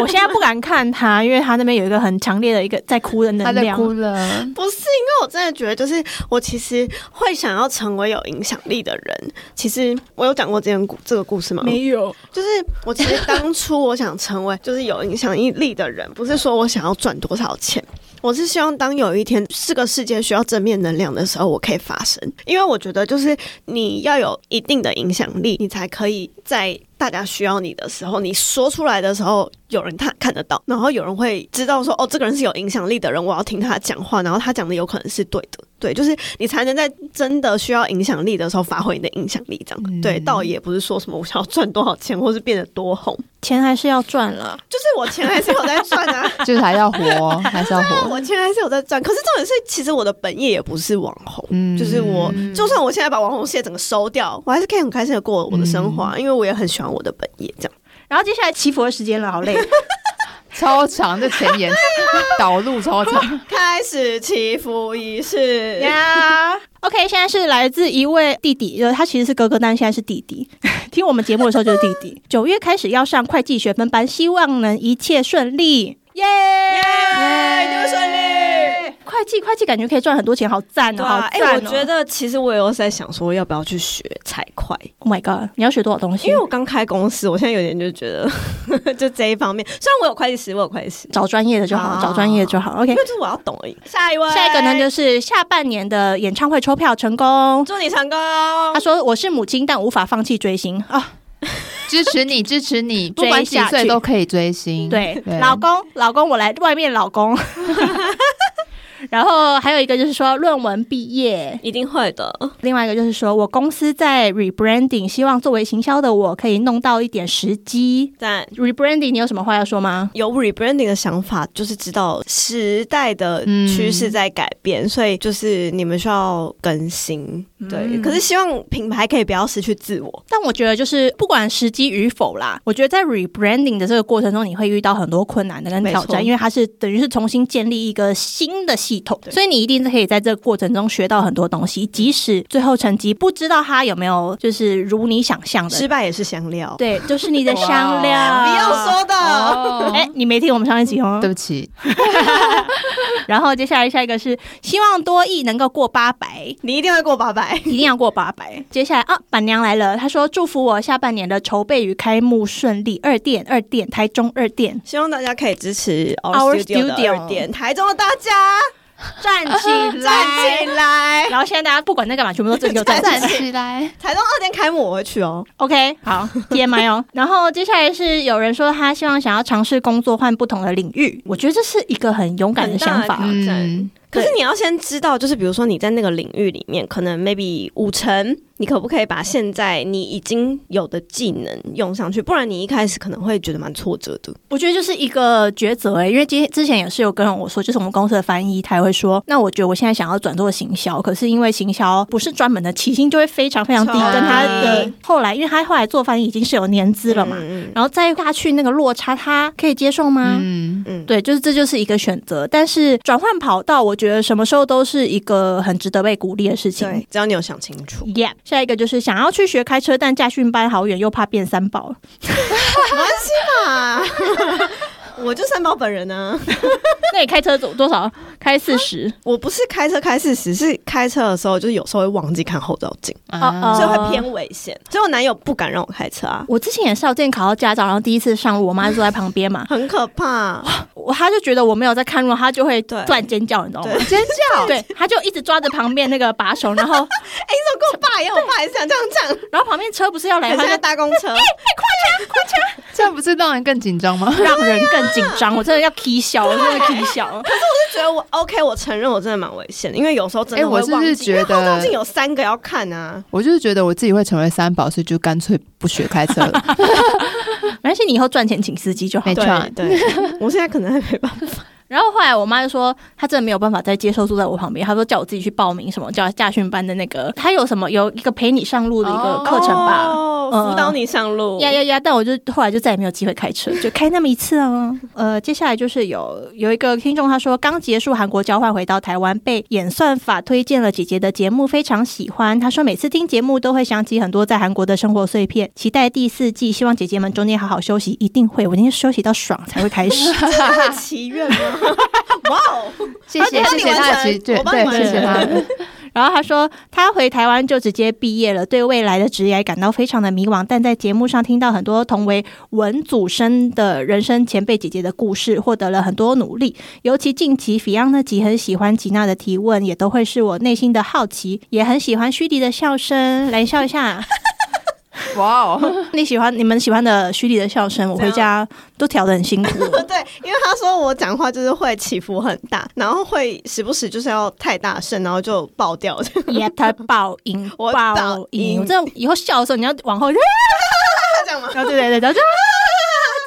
B: 我现在不敢看他，因为他那边有一个很强烈的一个在哭的
A: 他
B: 能
A: 在
B: 量。
A: 哭了，
C: 不是因为我真的觉得，就是我其实会想要成为有影响力的人。其实我有讲过这件故这个故事吗？
B: 有，
C: 就是我其实当初我想成为 就是有影响力的人，不是说我想要赚多少钱，我是希望当有一天这个世界需要正面能量的时候，我可以发声。因为我觉得就是你要有一定的影响力，你才可以在大家需要你的时候，你说出来的时候，有人看看得到，然后有人会知道说哦，这个人是有影响力的人，我要听他讲话，然后他讲的有可能是对的。对，就是你才能在真的需要影响力的时候发挥你的影响力，这样、
A: 嗯
C: 对，倒也不是说什么我想要赚多少钱，或是变得多红，
B: 钱还是要赚了。
C: 就是我钱还是有在赚啊，
A: 就是还要活，还是要活。
C: 我钱还是有在赚。可是重点是，其实我的本业也不是网红，
A: 嗯
C: 就是我就算我现在把网红事业整个收掉，我还是可以很开心的过我的生活啊、
B: 嗯
C: 因为我也很喜欢我的本业，这样。
B: 然后接下来祈福的时间了，好累。
A: 超长的前言 导入超长，
C: 开始祈福仪式
B: 呀、o k 现在是来自一位弟弟，就是他其实是哥哥，但现在是弟 弟。听我们节目的时候就是弟弟。九月开始要上会计学分班，希望能一切顺利。耶！
C: 你们顺利。
B: 会计会计感觉可以赚很多钱，好赞哦！
C: 对
B: 好
C: 啊，哎、
B: 赞哦！
C: 我觉得其实我有在想说，要不要去学财会，
B: ，Oh my God，你要学多少东西？
C: 因为我刚开公司，我现在有点就觉得， 就这一方面，虽然我有会计师，我有会计师，
B: 找专业的就好，
C: 啊
B: 找专业就好。OK，
C: 因为就是我要懂而已。下一位，
B: 下一个呢就是下半年的演唱会抽票成功。
C: 祝你成功。
B: 他说：“我是母亲，但无法放弃追星啊！
A: 支持你，支持你，不
B: 追
A: 管几
B: 下
A: 岁
B: 去
A: 都可以追星。
B: 对，老公，老公，我来外面，老公。 然后还有一个就是说论文毕业，
C: 一定会的，
B: 另外一个就是说我公司在 rebranding，希望作为行销的我可以弄到一点时机。
C: 但
B: rebranding，你有什么话要说吗？
C: 有 rebranding 的想法，就是知道时代的
A: 嗯
C: 趋势在改变，所以就是你们需要更新。对，可是希望品牌可以不要失去自我。
B: 但我觉得就是不管时机与否啦，我觉得在 rebranding 的这个过程中，你会遇到很多困难的跟挑
C: 没错
B: 战，因为它是等于是重新建立一个新的系统，所以你一定可以在这个过程中学到很多东西，即使最后成绩不知道它有没有就是如你想象的
C: 失败也是啊香料，
B: 对，就是你的香料。
A: 哇
C: 不要说的。
A: 哦，
B: 哎、你没听我们上一集吗
A: 对？不起，
B: 然后接下来下一个是希望多益能够过八百，
C: 你一定会过八百，
B: 一定要过八百。 接下来啊，板娘来了，她说祝福我下半年的筹备与开幕顺利。二店，二店，台中二店，
C: 希望大家可以支持
B: Our
C: Our Studio 的
B: Studio
C: 二店，台中的大家
B: 站起
C: 站
B: 来
C: 起。来！
B: 然后现在大家不管在干嘛，全部都自己给我站起来
A: 站。起来，
C: 台中二店开幕我会去哦，
B: OK，好，接麦哦。 然后接下来是有人说他希望想要尝试工作，换不同的领域，我觉得这是一个很勇敢的
C: 很大
B: 想
C: 的
B: 法。哦
C: 挑战
A: 嗯
C: 可是你要先知道，就是比如说你在那个领域里面，可能 maybe 五成，你可不可以把现在你已经有的技能用上去？不然你一开始可能会觉得蛮挫折的。
B: 我觉得就是一个抉择哎、因为今之前也是有跟我说，就是我们公司的翻译他也会说，那我觉得我现在想要转做行销，可是因为行销不是专门的，起薪就会非常非常低，
C: 超低
B: 跟他的后来，因为他后来做翻译已经是有年资了嘛，
C: 嗯
B: 然后再下去那个落差，他可以接受吗？
A: 嗯，
C: 嗯，
B: 对，就是这就是一个选择，但是转换跑道，我觉得什么时候都是一个很值得被鼓励的事情。
C: 对，只要你有想清楚。
B: Yeah，下一个就是想要去学开车，但驾训班好远，又怕变三宝。
C: 啊，我就三宝本人呢、啊，
B: 那你开车走多少？开四十？
C: 我不是开车开四十，是开车的时候就是有时候会忘记看后照镜，
A: 啊
B: 哦
C: 所以会偏危险。所以我男友不敢让我开车啊，，
B: 我之前也是有之前考到驾照，然后第一次上路，我妈就坐在旁边嘛
C: 很可怕。
B: 我她就觉得我没有在看路，她就会突
C: 对
B: 然尖叫，你知道吗
C: 对？
A: 尖叫，
B: 对，她就一直抓着旁边那个把手，然后
C: 哎、你怎么跟我爸一样？我爸也是想这样讲，
B: 然后旁边车不是要来，
C: 可
B: 她
C: 是
B: 就
C: 在搭公车，
A: 这样不是让人更紧张吗？
B: 让人更紧张，我真的要 k 笑，我真的 k 笑。
C: 就觉得我 OK，我承认我真的蛮危险的，因为有时候真
A: 哎
C: 的会
A: 我
C: 忘
A: 是
C: 记，
A: 不是觉得
C: 因为后照镜有三个要看啊。
A: 我就是觉得我自己会成为三宝，所以就干脆不学开车了。
B: 没关系，你以后赚钱请司机就好
A: 没。错
C: 对 对，我现在可能还没办法。
B: 然后后来我妈就说，她真的没有办法再接受坐在我旁边，她说叫我自己去报名什么叫驾训班的那个，她有什么有一个陪你上路的一个课程吧。
C: 哦
B: 嗯
C: 辅导你上路。
B: 呀呀呀！但我就后来就再也没有机会开车，就开那么一次啊。呃，接下来就是有有一个听众他说，刚结束韩国交换回到台湾，被演算法推荐了姐姐的节目，非常喜欢。他说每次听节目都会想起很多在韩国的生活碎片，期待第四季，希望姐姐们中间好好休息，一定会，我一定休息到爽才会开始。
C: 会 祈愿吗？哇哦，
A: 谢谢谢谢他的奇
C: 我
A: 对
C: 帮你
A: 对，
C: 完
A: 谢谢他。
B: 然后他说，他回台湾就直接毕业了，对未来的职业感到非常的迷惘。但在节目上听到很多同为文祖生的人生前辈姐姐的故事，获得了很多努力。尤其近期 Fiona 那集很喜欢吉娜的提问，也都会是我内心的好奇，也很喜欢虚拟的笑声，来笑一下。
A: 哇哦，
B: 你喜欢你们喜欢的虚拟的笑声，我回家都调的很辛苦。
C: 对，因为他说我讲话就是会起伏很大，然后会时不时就是要太大声，然后就爆掉。 他
B: 也他爆音，
C: 我
B: 爆
C: 爆
B: 音，
C: 音
B: 我这样以后笑的时候，你要往后
C: 这样吗？
B: 然后对对对，然后就啊，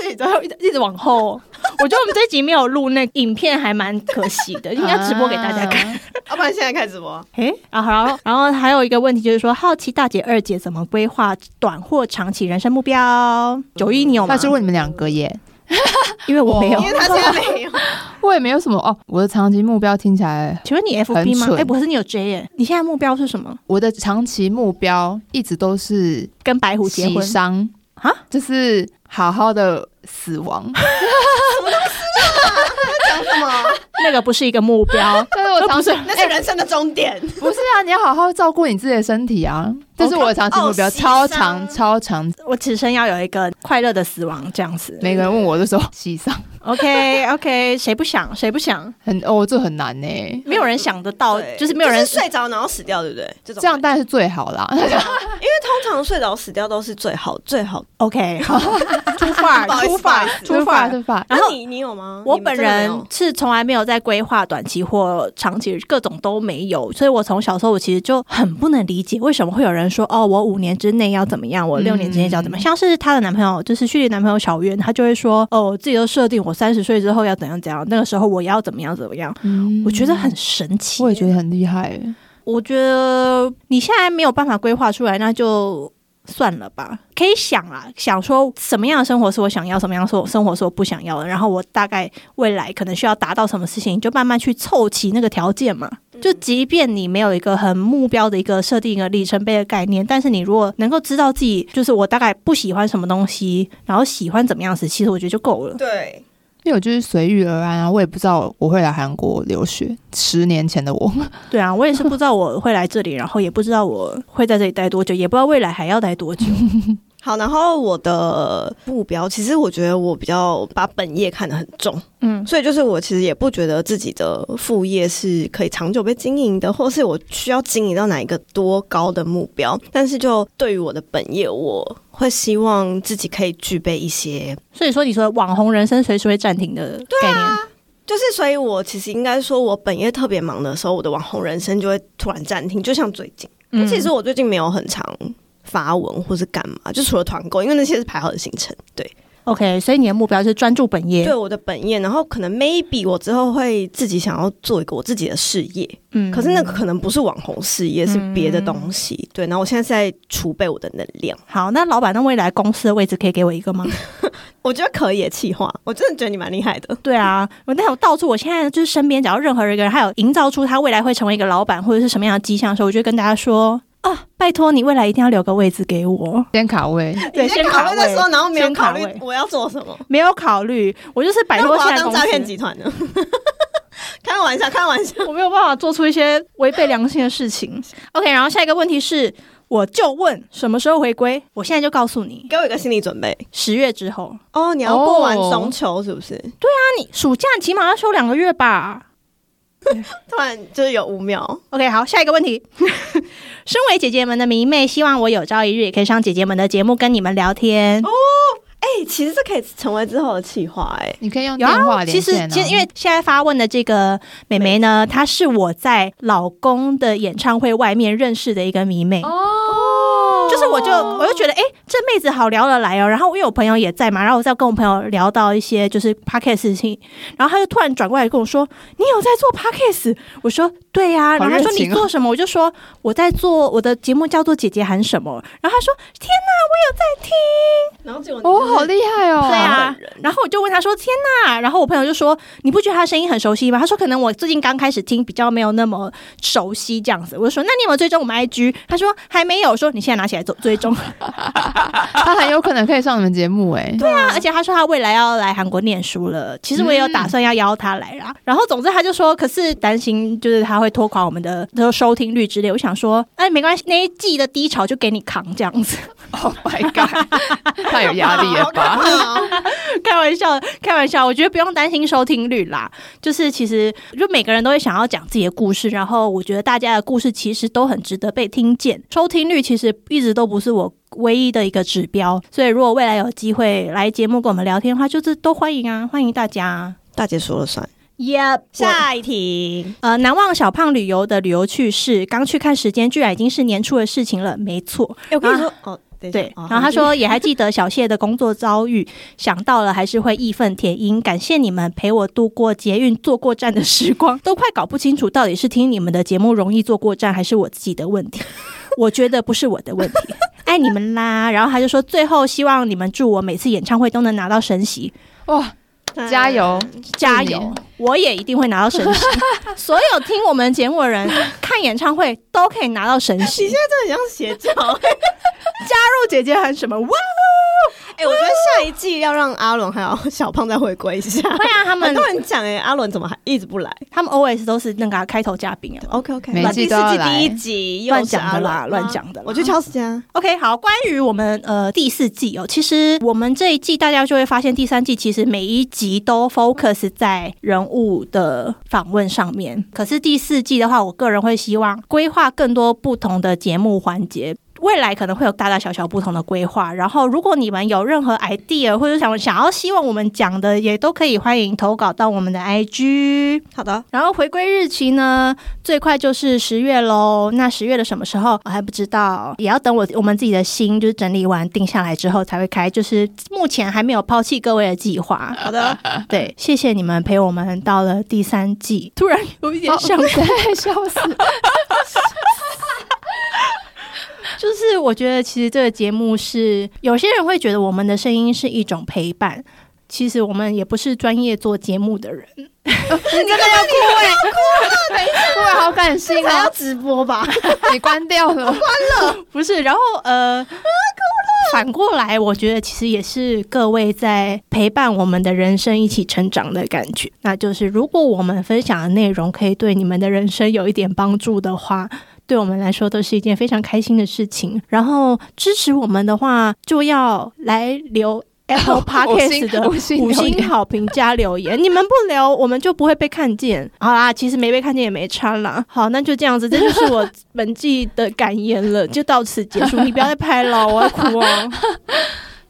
B: 对，然后一直一直往后。我觉得我们这集没有录那影片，还蛮可惜的， 应该直播给大家看。
A: 看。
C: 哦要不然现在开直播？
B: 诶、然后然后然后还有一个问题就是说，好奇大姐二姐怎么规划短或长期人生目标？九一你有吗
A: 那？就问你们两个耶，
B: 因为我没有
C: 哦因。为他现在 没有。
A: 我也没有什么哦。我的长期目标听起来，
B: 请问你 FB 吗
A: 很？蠢
B: 哎、不是，你有 J 耶？你现在目标是什么？
A: 我的长期目标一直都是
B: 跟白虎结
A: 喜
B: 婚？
A: 丧
B: 啊，
A: 就是好好的死 亡。。
C: 讲什么？
B: 那个不是一个目标
A: 但是我长期
C: 那是人生的终点。
B: 哎
A: 不是啊，你要好好照顾你自己的身体啊，
B: 哦
A: 这是我的长期目标，
C: 哦
A: 超
C: 喜
A: 长
C: 丧
A: 超长。
B: 我此生要有一个快乐的死亡，这样子。
A: 每个人问我就说喜丧，
B: OK OK，谁不想？谁不想？
A: 很哦，这很难呢、
B: 没有人想得到，
C: 对
B: 哦就是没有人
C: 就是睡着然后死掉，对不对？这种
A: 这样当然是最好啦。
C: 通常睡着死掉都是最好最好。
B: OK，好，出 发，
C: 不好意思
B: 出
C: 不好
B: 发
C: 意，思
B: 出发。
A: 对吧？
B: 然
C: 然
B: 后
C: 后你你有吗？
B: 我
C: 你
B: 本
C: 们真的没
B: 人
C: 有
B: 是从来没有在规划短期或长期，各种都没有，所以我从小时候我其实就很不能理解为什么会有人说哦，我五年之内要怎么样，我六年之内要怎么样。像是她的男朋友，就是旭丽男朋友小渊，他就会说哦，我自己都设定我三十岁之后要怎样怎样，那个时候我要怎么样怎么样。
A: 嗯
B: 我觉得很神奇，
A: 我也觉得很厉害、欸。
B: 我觉得你现在没有办法规划出来，那就算了吧。可以想啦，想说什么样的生活是我想要，什么样的生活是我不想要的，然后我大概未来可能需要达到什么事情，你就慢慢去凑齐那个条件嘛。就即便你没有一个很目标的一个设定一个里程碑的概念，但是你如果能够知道自己就是我大概不喜欢什么东西，然后喜欢怎么样子，其实我觉得就够 了。
C: 对，
A: 因为我就是随遇而安啊，我也不知道我会来韩国留学。十年前的我，
B: 对啊，我也是不知道我会来这里，然后也不知道我会在这里待多久，也不知道未来还要待多久。
C: 好。然后我的目标，其实我觉得我比较把本业看得很重，
B: 嗯，
C: 所以就是我其实也不觉得自己的副业是可以长久被经营的，或是我需要经营到哪一个多高的目标。但是就对于我的本业，我会希望自己可以具备一些啊
B: 所以说，你说网红人生随时会暂停的概念，
C: 就是，所以我其实应该说，我本业特别忙的时候，我的网红人生就会突然暂停，就像最近。
A: 嗯
C: 其实我最近没有很常发文或是干嘛，就除了团购，因为那些是排好的行程。对，
B: OK，所以你的目标是专注本业。
C: 对我的本业，然后可能 maybe 我之后会自己想要做一个我自己的事业，
B: 嗯
C: 可是那个可能不是网红事业，是别的东西。对，然后我现在是在储备我的能量，
B: 好，那老板，那未来公司的位置可以给我一 个吗？
C: 我觉得可以耶企划，我真的觉得你蛮厉害的。
B: 对啊，我那我到处，我现在就是身边，只要任何一个人，他有营造出他未来会成为一个老板或者是什么样的迹象的时候，我就会跟大家说
C: 哦
B: 啊，拜托你未来一定要留个位置给我。
A: 先卡位，
B: 对，
C: 你在
B: 先
C: 考虑的时候，然后没有
B: 先
C: 考
B: 卡
C: 虑
B: 位
C: 我要做什么，
B: 没有考虑，我就是摆
C: 那
B: 脱
C: 我
B: 现
C: 要
B: 在
C: 当
B: 公司
C: 诈骗集团呢？开玩笑，开玩笑。
B: 我没有办法做出一些违背良心的事 情。OK，然后下一个问题是，我就问什么时候回归？我现在就告诉你，
C: 给我一个心理准备
B: 十月之后。
C: 哦，你要过完中秋是不是？
B: 那你暑假起码要休两个月吧
C: 突然就是有五秒，
B: ？OK，好，下一个问 题。身为姐姐们的迷妹，希望我有朝一日也可以上姐姐们的节目跟你们聊天。
C: 哎、其实这可以成为之后的企划哎、
A: 你可以用
B: 有
A: 电话
B: 啊，
A: 连
B: 其实
A: 线、啊。
B: 其实因为现在发问的这个美眉呢，她是我在老公的演唱会外面认识的一个迷妹。
A: 哦，
B: 就是我就我就觉得，哎、这妹子好聊得来哦。然后因为我朋友也在嘛，然后我在跟我朋友聊到一些就是 podcast 的事情，然后他就突然转过来跟我说：“你有在做 podcast？” 我说：“对呀、然
A: 好
B: 后
A: 热
B: 他说：“你
A: 情哦
B: 做什么？”我就说：“我在做我的节目叫做《姐姐喊什么》。”然后他说：“天哪，
C: 然后结果你
A: 哦，好厉害哦！
B: 对啊我有在
C: 本人
B: 听。”然后我就问他说：“天哪！”然后我朋友就说：“你不觉得他声音很熟悉吗？”他说：“可能我最近刚开始听，比较没有那么熟悉这样子。”我就说：“那你有没有追踪我们 IG？” 他说：“还没有。”我说：“你现在拿起来做追踪。”
A: 他很有可能可以上你们节目哎。
B: 对啊，而且他说他未来要来韩国念书了，其实我也有打算要邀他来啦。然后总之他就说，可是担心就是他会拖垮我们的的收听率之类。我想说，哎，没关系，那一季的低潮就给你扛这样子，
A: Oh my god，太 有压力了 吧？
C: 哦
B: 开玩笑，开玩笑。我觉得不用担心收听率啦，就是其实就每个人都会想要讲自己的故事，然后我觉得大家的故事其实都很值得被听见，收听率其实一直都不是我。唯一的一个指标，所以如果未来有机会来节目跟我们聊天的话，就是都欢迎啊，欢迎大家啊、
C: 大姐说了算。
B: Yep，我
C: 下一题，
B: 呃，难忘小胖旅游的旅游趣事，刚去看时间，居然已经是年初的事情了。没错，
C: 哎、我跟你说，哦，等一下
B: 对。
C: 哦
B: 然后他说也还记得小谢的工作遭遇，想到了还是会义愤填膺。感谢你们陪我度过捷运坐过站的时 光，都快搞不清楚到底是听你们的节目容易坐过站，还是我自己的问题。我觉得不是我的问 题，爱你们啦。然后他就说，最后希望你们祝我每次演唱会都能拿到神席，
A: 哇，
C: 嗯
A: 加油！
B: 加
A: 祝
B: 油
A: 你！
B: 我也一定会拿到神喜。所有听我们节目的人，看演唱会都可以拿到神 喜。加
C: 这很像邪教。
B: 入姐姐喊什么？哇！
C: 哎、我觉 得下一季要让阿伦还有小胖再回归一 下。
B: 会啊，他
C: 很
B: 们
C: 多人讲哎、阿伦怎么还一直不来
B: 他们 always 都是那个啊、开头嘉宾啊。
C: ？OK OK，
A: 每季
C: 第
A: 都
C: 四
A: 要
C: 季
A: 来
C: 第一集又
B: 乱
C: 是
B: 讲
C: 阿
B: 的
C: 伦
B: 啦，乱讲的啦。
C: 我去敲时间啊。
B: OK，好，关于我们呃第四季哦，其实我们这一季大家就会发现，第三季其实每一集都 focus 在人物的访问上面。可是第四季的话，我个人会希望规划更多不同的节目环节。未来可能会有大大小小不同的规划，然后如果你们有任何 idea 或者想想要希望我们讲的，也都可以欢迎投稿到我们的 IG。
C: 好的，
B: 然后回归日期呢，最快就是十月喽。那十月的什么时候我还不知道，也要等我我们自己的心就是整理完定下来之后才会开。就是目前还没有抛弃各位的计 划。
C: 好的，
B: 对，谢谢你们陪我们到了第三季，突然有一点想哭，
A: 对，笑 死！
B: 就是我觉得其实这个节目是有些人会觉得我们的声音是一种陪伴。其实我们也不是专业做节目的人，
A: 你真的要哭哎， 哭了，哭了，好感性
C: 还要
B: 啊
A: 哦！
C: 直播吧？
A: 你关掉 了，
B: 不是，然后呃，反过来，我觉得其实也是各位在陪伴我们的人生一起成长的感觉。那就是如果我们分享的内容可以对你们的人生有一点帮助的话。对我们来说都是一件非常开心的事情。然后支持我们的话，就要来留 Apple
A: 五星
B: Podcast 的
A: 五星
B: 五
A: 留
B: 星
A: 言
B: 好评加留言，你们不留，我们就不会被看见。好啦，其实没被看见也没差啦。好，那就这样子，这就是 我本季的感言了，就到此结束。你不要再拍了，我要哭哦。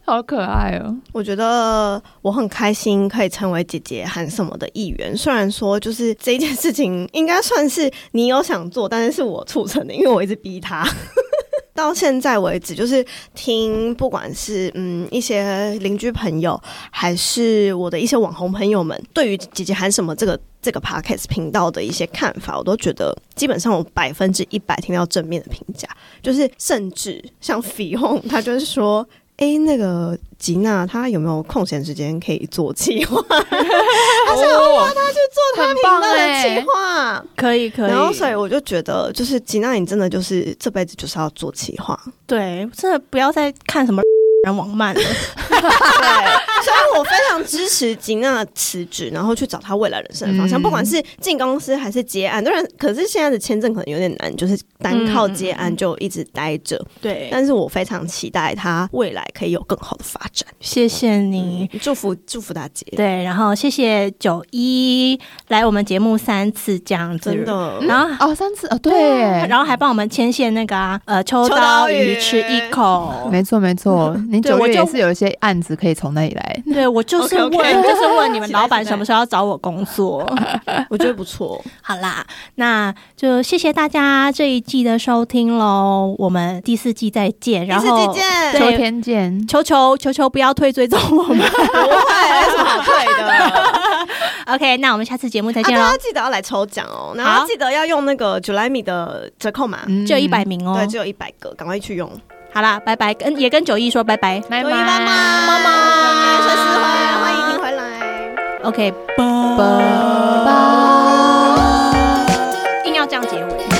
A: 好可爱哦、
C: 我觉得我很开心可以成为姐姐喊什么的一员。虽然说就是这件事情应该算是你有想做，但是是我促成的，因为我一直逼他。 到现在为止，就是听不管是嗯一些邻居朋友，还是我的一些网红朋友们，对于姐姐喊什么这个这个 podcast 频道的一些看法，我都觉得基本上我百分之一百听到正面的评价，就是甚至像 f 红，他就是说哎，那个吉娜，她有没有空闲时间可以做企划？
A: 他想要挖他去做
C: 她
A: 很
C: 频
A: 棒
C: 道的
A: 哎、
C: 企划。
B: 可以欸可以。
C: 然后，所以我就觉得，就是吉娜，你真的就是这辈子就是要做企 划。
B: 对，真的不要再看什么网漫了。
C: 对， 所以我非常支持吉娜辞职，然后去找她未来人生的方向，
A: 嗯
C: 不管是进公司还是接案。当然，可是现在的签证可能有点难，就是单靠接案就一直待着。
B: 嗯对，
C: 但是我非常期待她未来可以有更好的发展。
B: 谢谢你。
C: 祝福祝福大姐，
B: 对，然后谢谢九一来我们节目三次这样子，
C: 真。的。
B: 然后
A: 哦，三次哦，对耶，
B: 啊然后还帮我们牵线那个啊，呃，嗯秋
C: 秋
B: 刀
C: 刀鱼
B: 鱼吃一 口。
A: 没错没错，你
B: 哦对
A: 九
B: 我
A: 月也
B: 就是
A: 有一些案子可以从那里来。
B: 对，我就是
C: OK，OK
B: 问，就是问你们
C: 期待
B: 老板
C: 期待
B: 什么时候要找我工作。
C: 我觉得不错。
B: 好啦，那就谢谢大家这一季的收听喽，我们第四季再见。然后，
C: 见
A: 秋
B: 对
A: 天见。
B: 求求求求不要退追踪我 们。
C: 不会，有什么好退的？啊，
B: OK，那我们下次节目再
C: 大
B: 见喽
C: 家，记得要来抽奖哦，然后记得要用那个 Julimi 的折扣码，
A: 嗯
B: 只有一百，名哦
C: 对，。只有一百个，赶快去用。
B: 好啦，拜拜，跟也跟九一说拜拜。
A: 拜
C: 九一拜拜，妈妈，随时回来，欢迎你回来。
B: OK，
A: 拜拜。
B: 硬要这样结尾。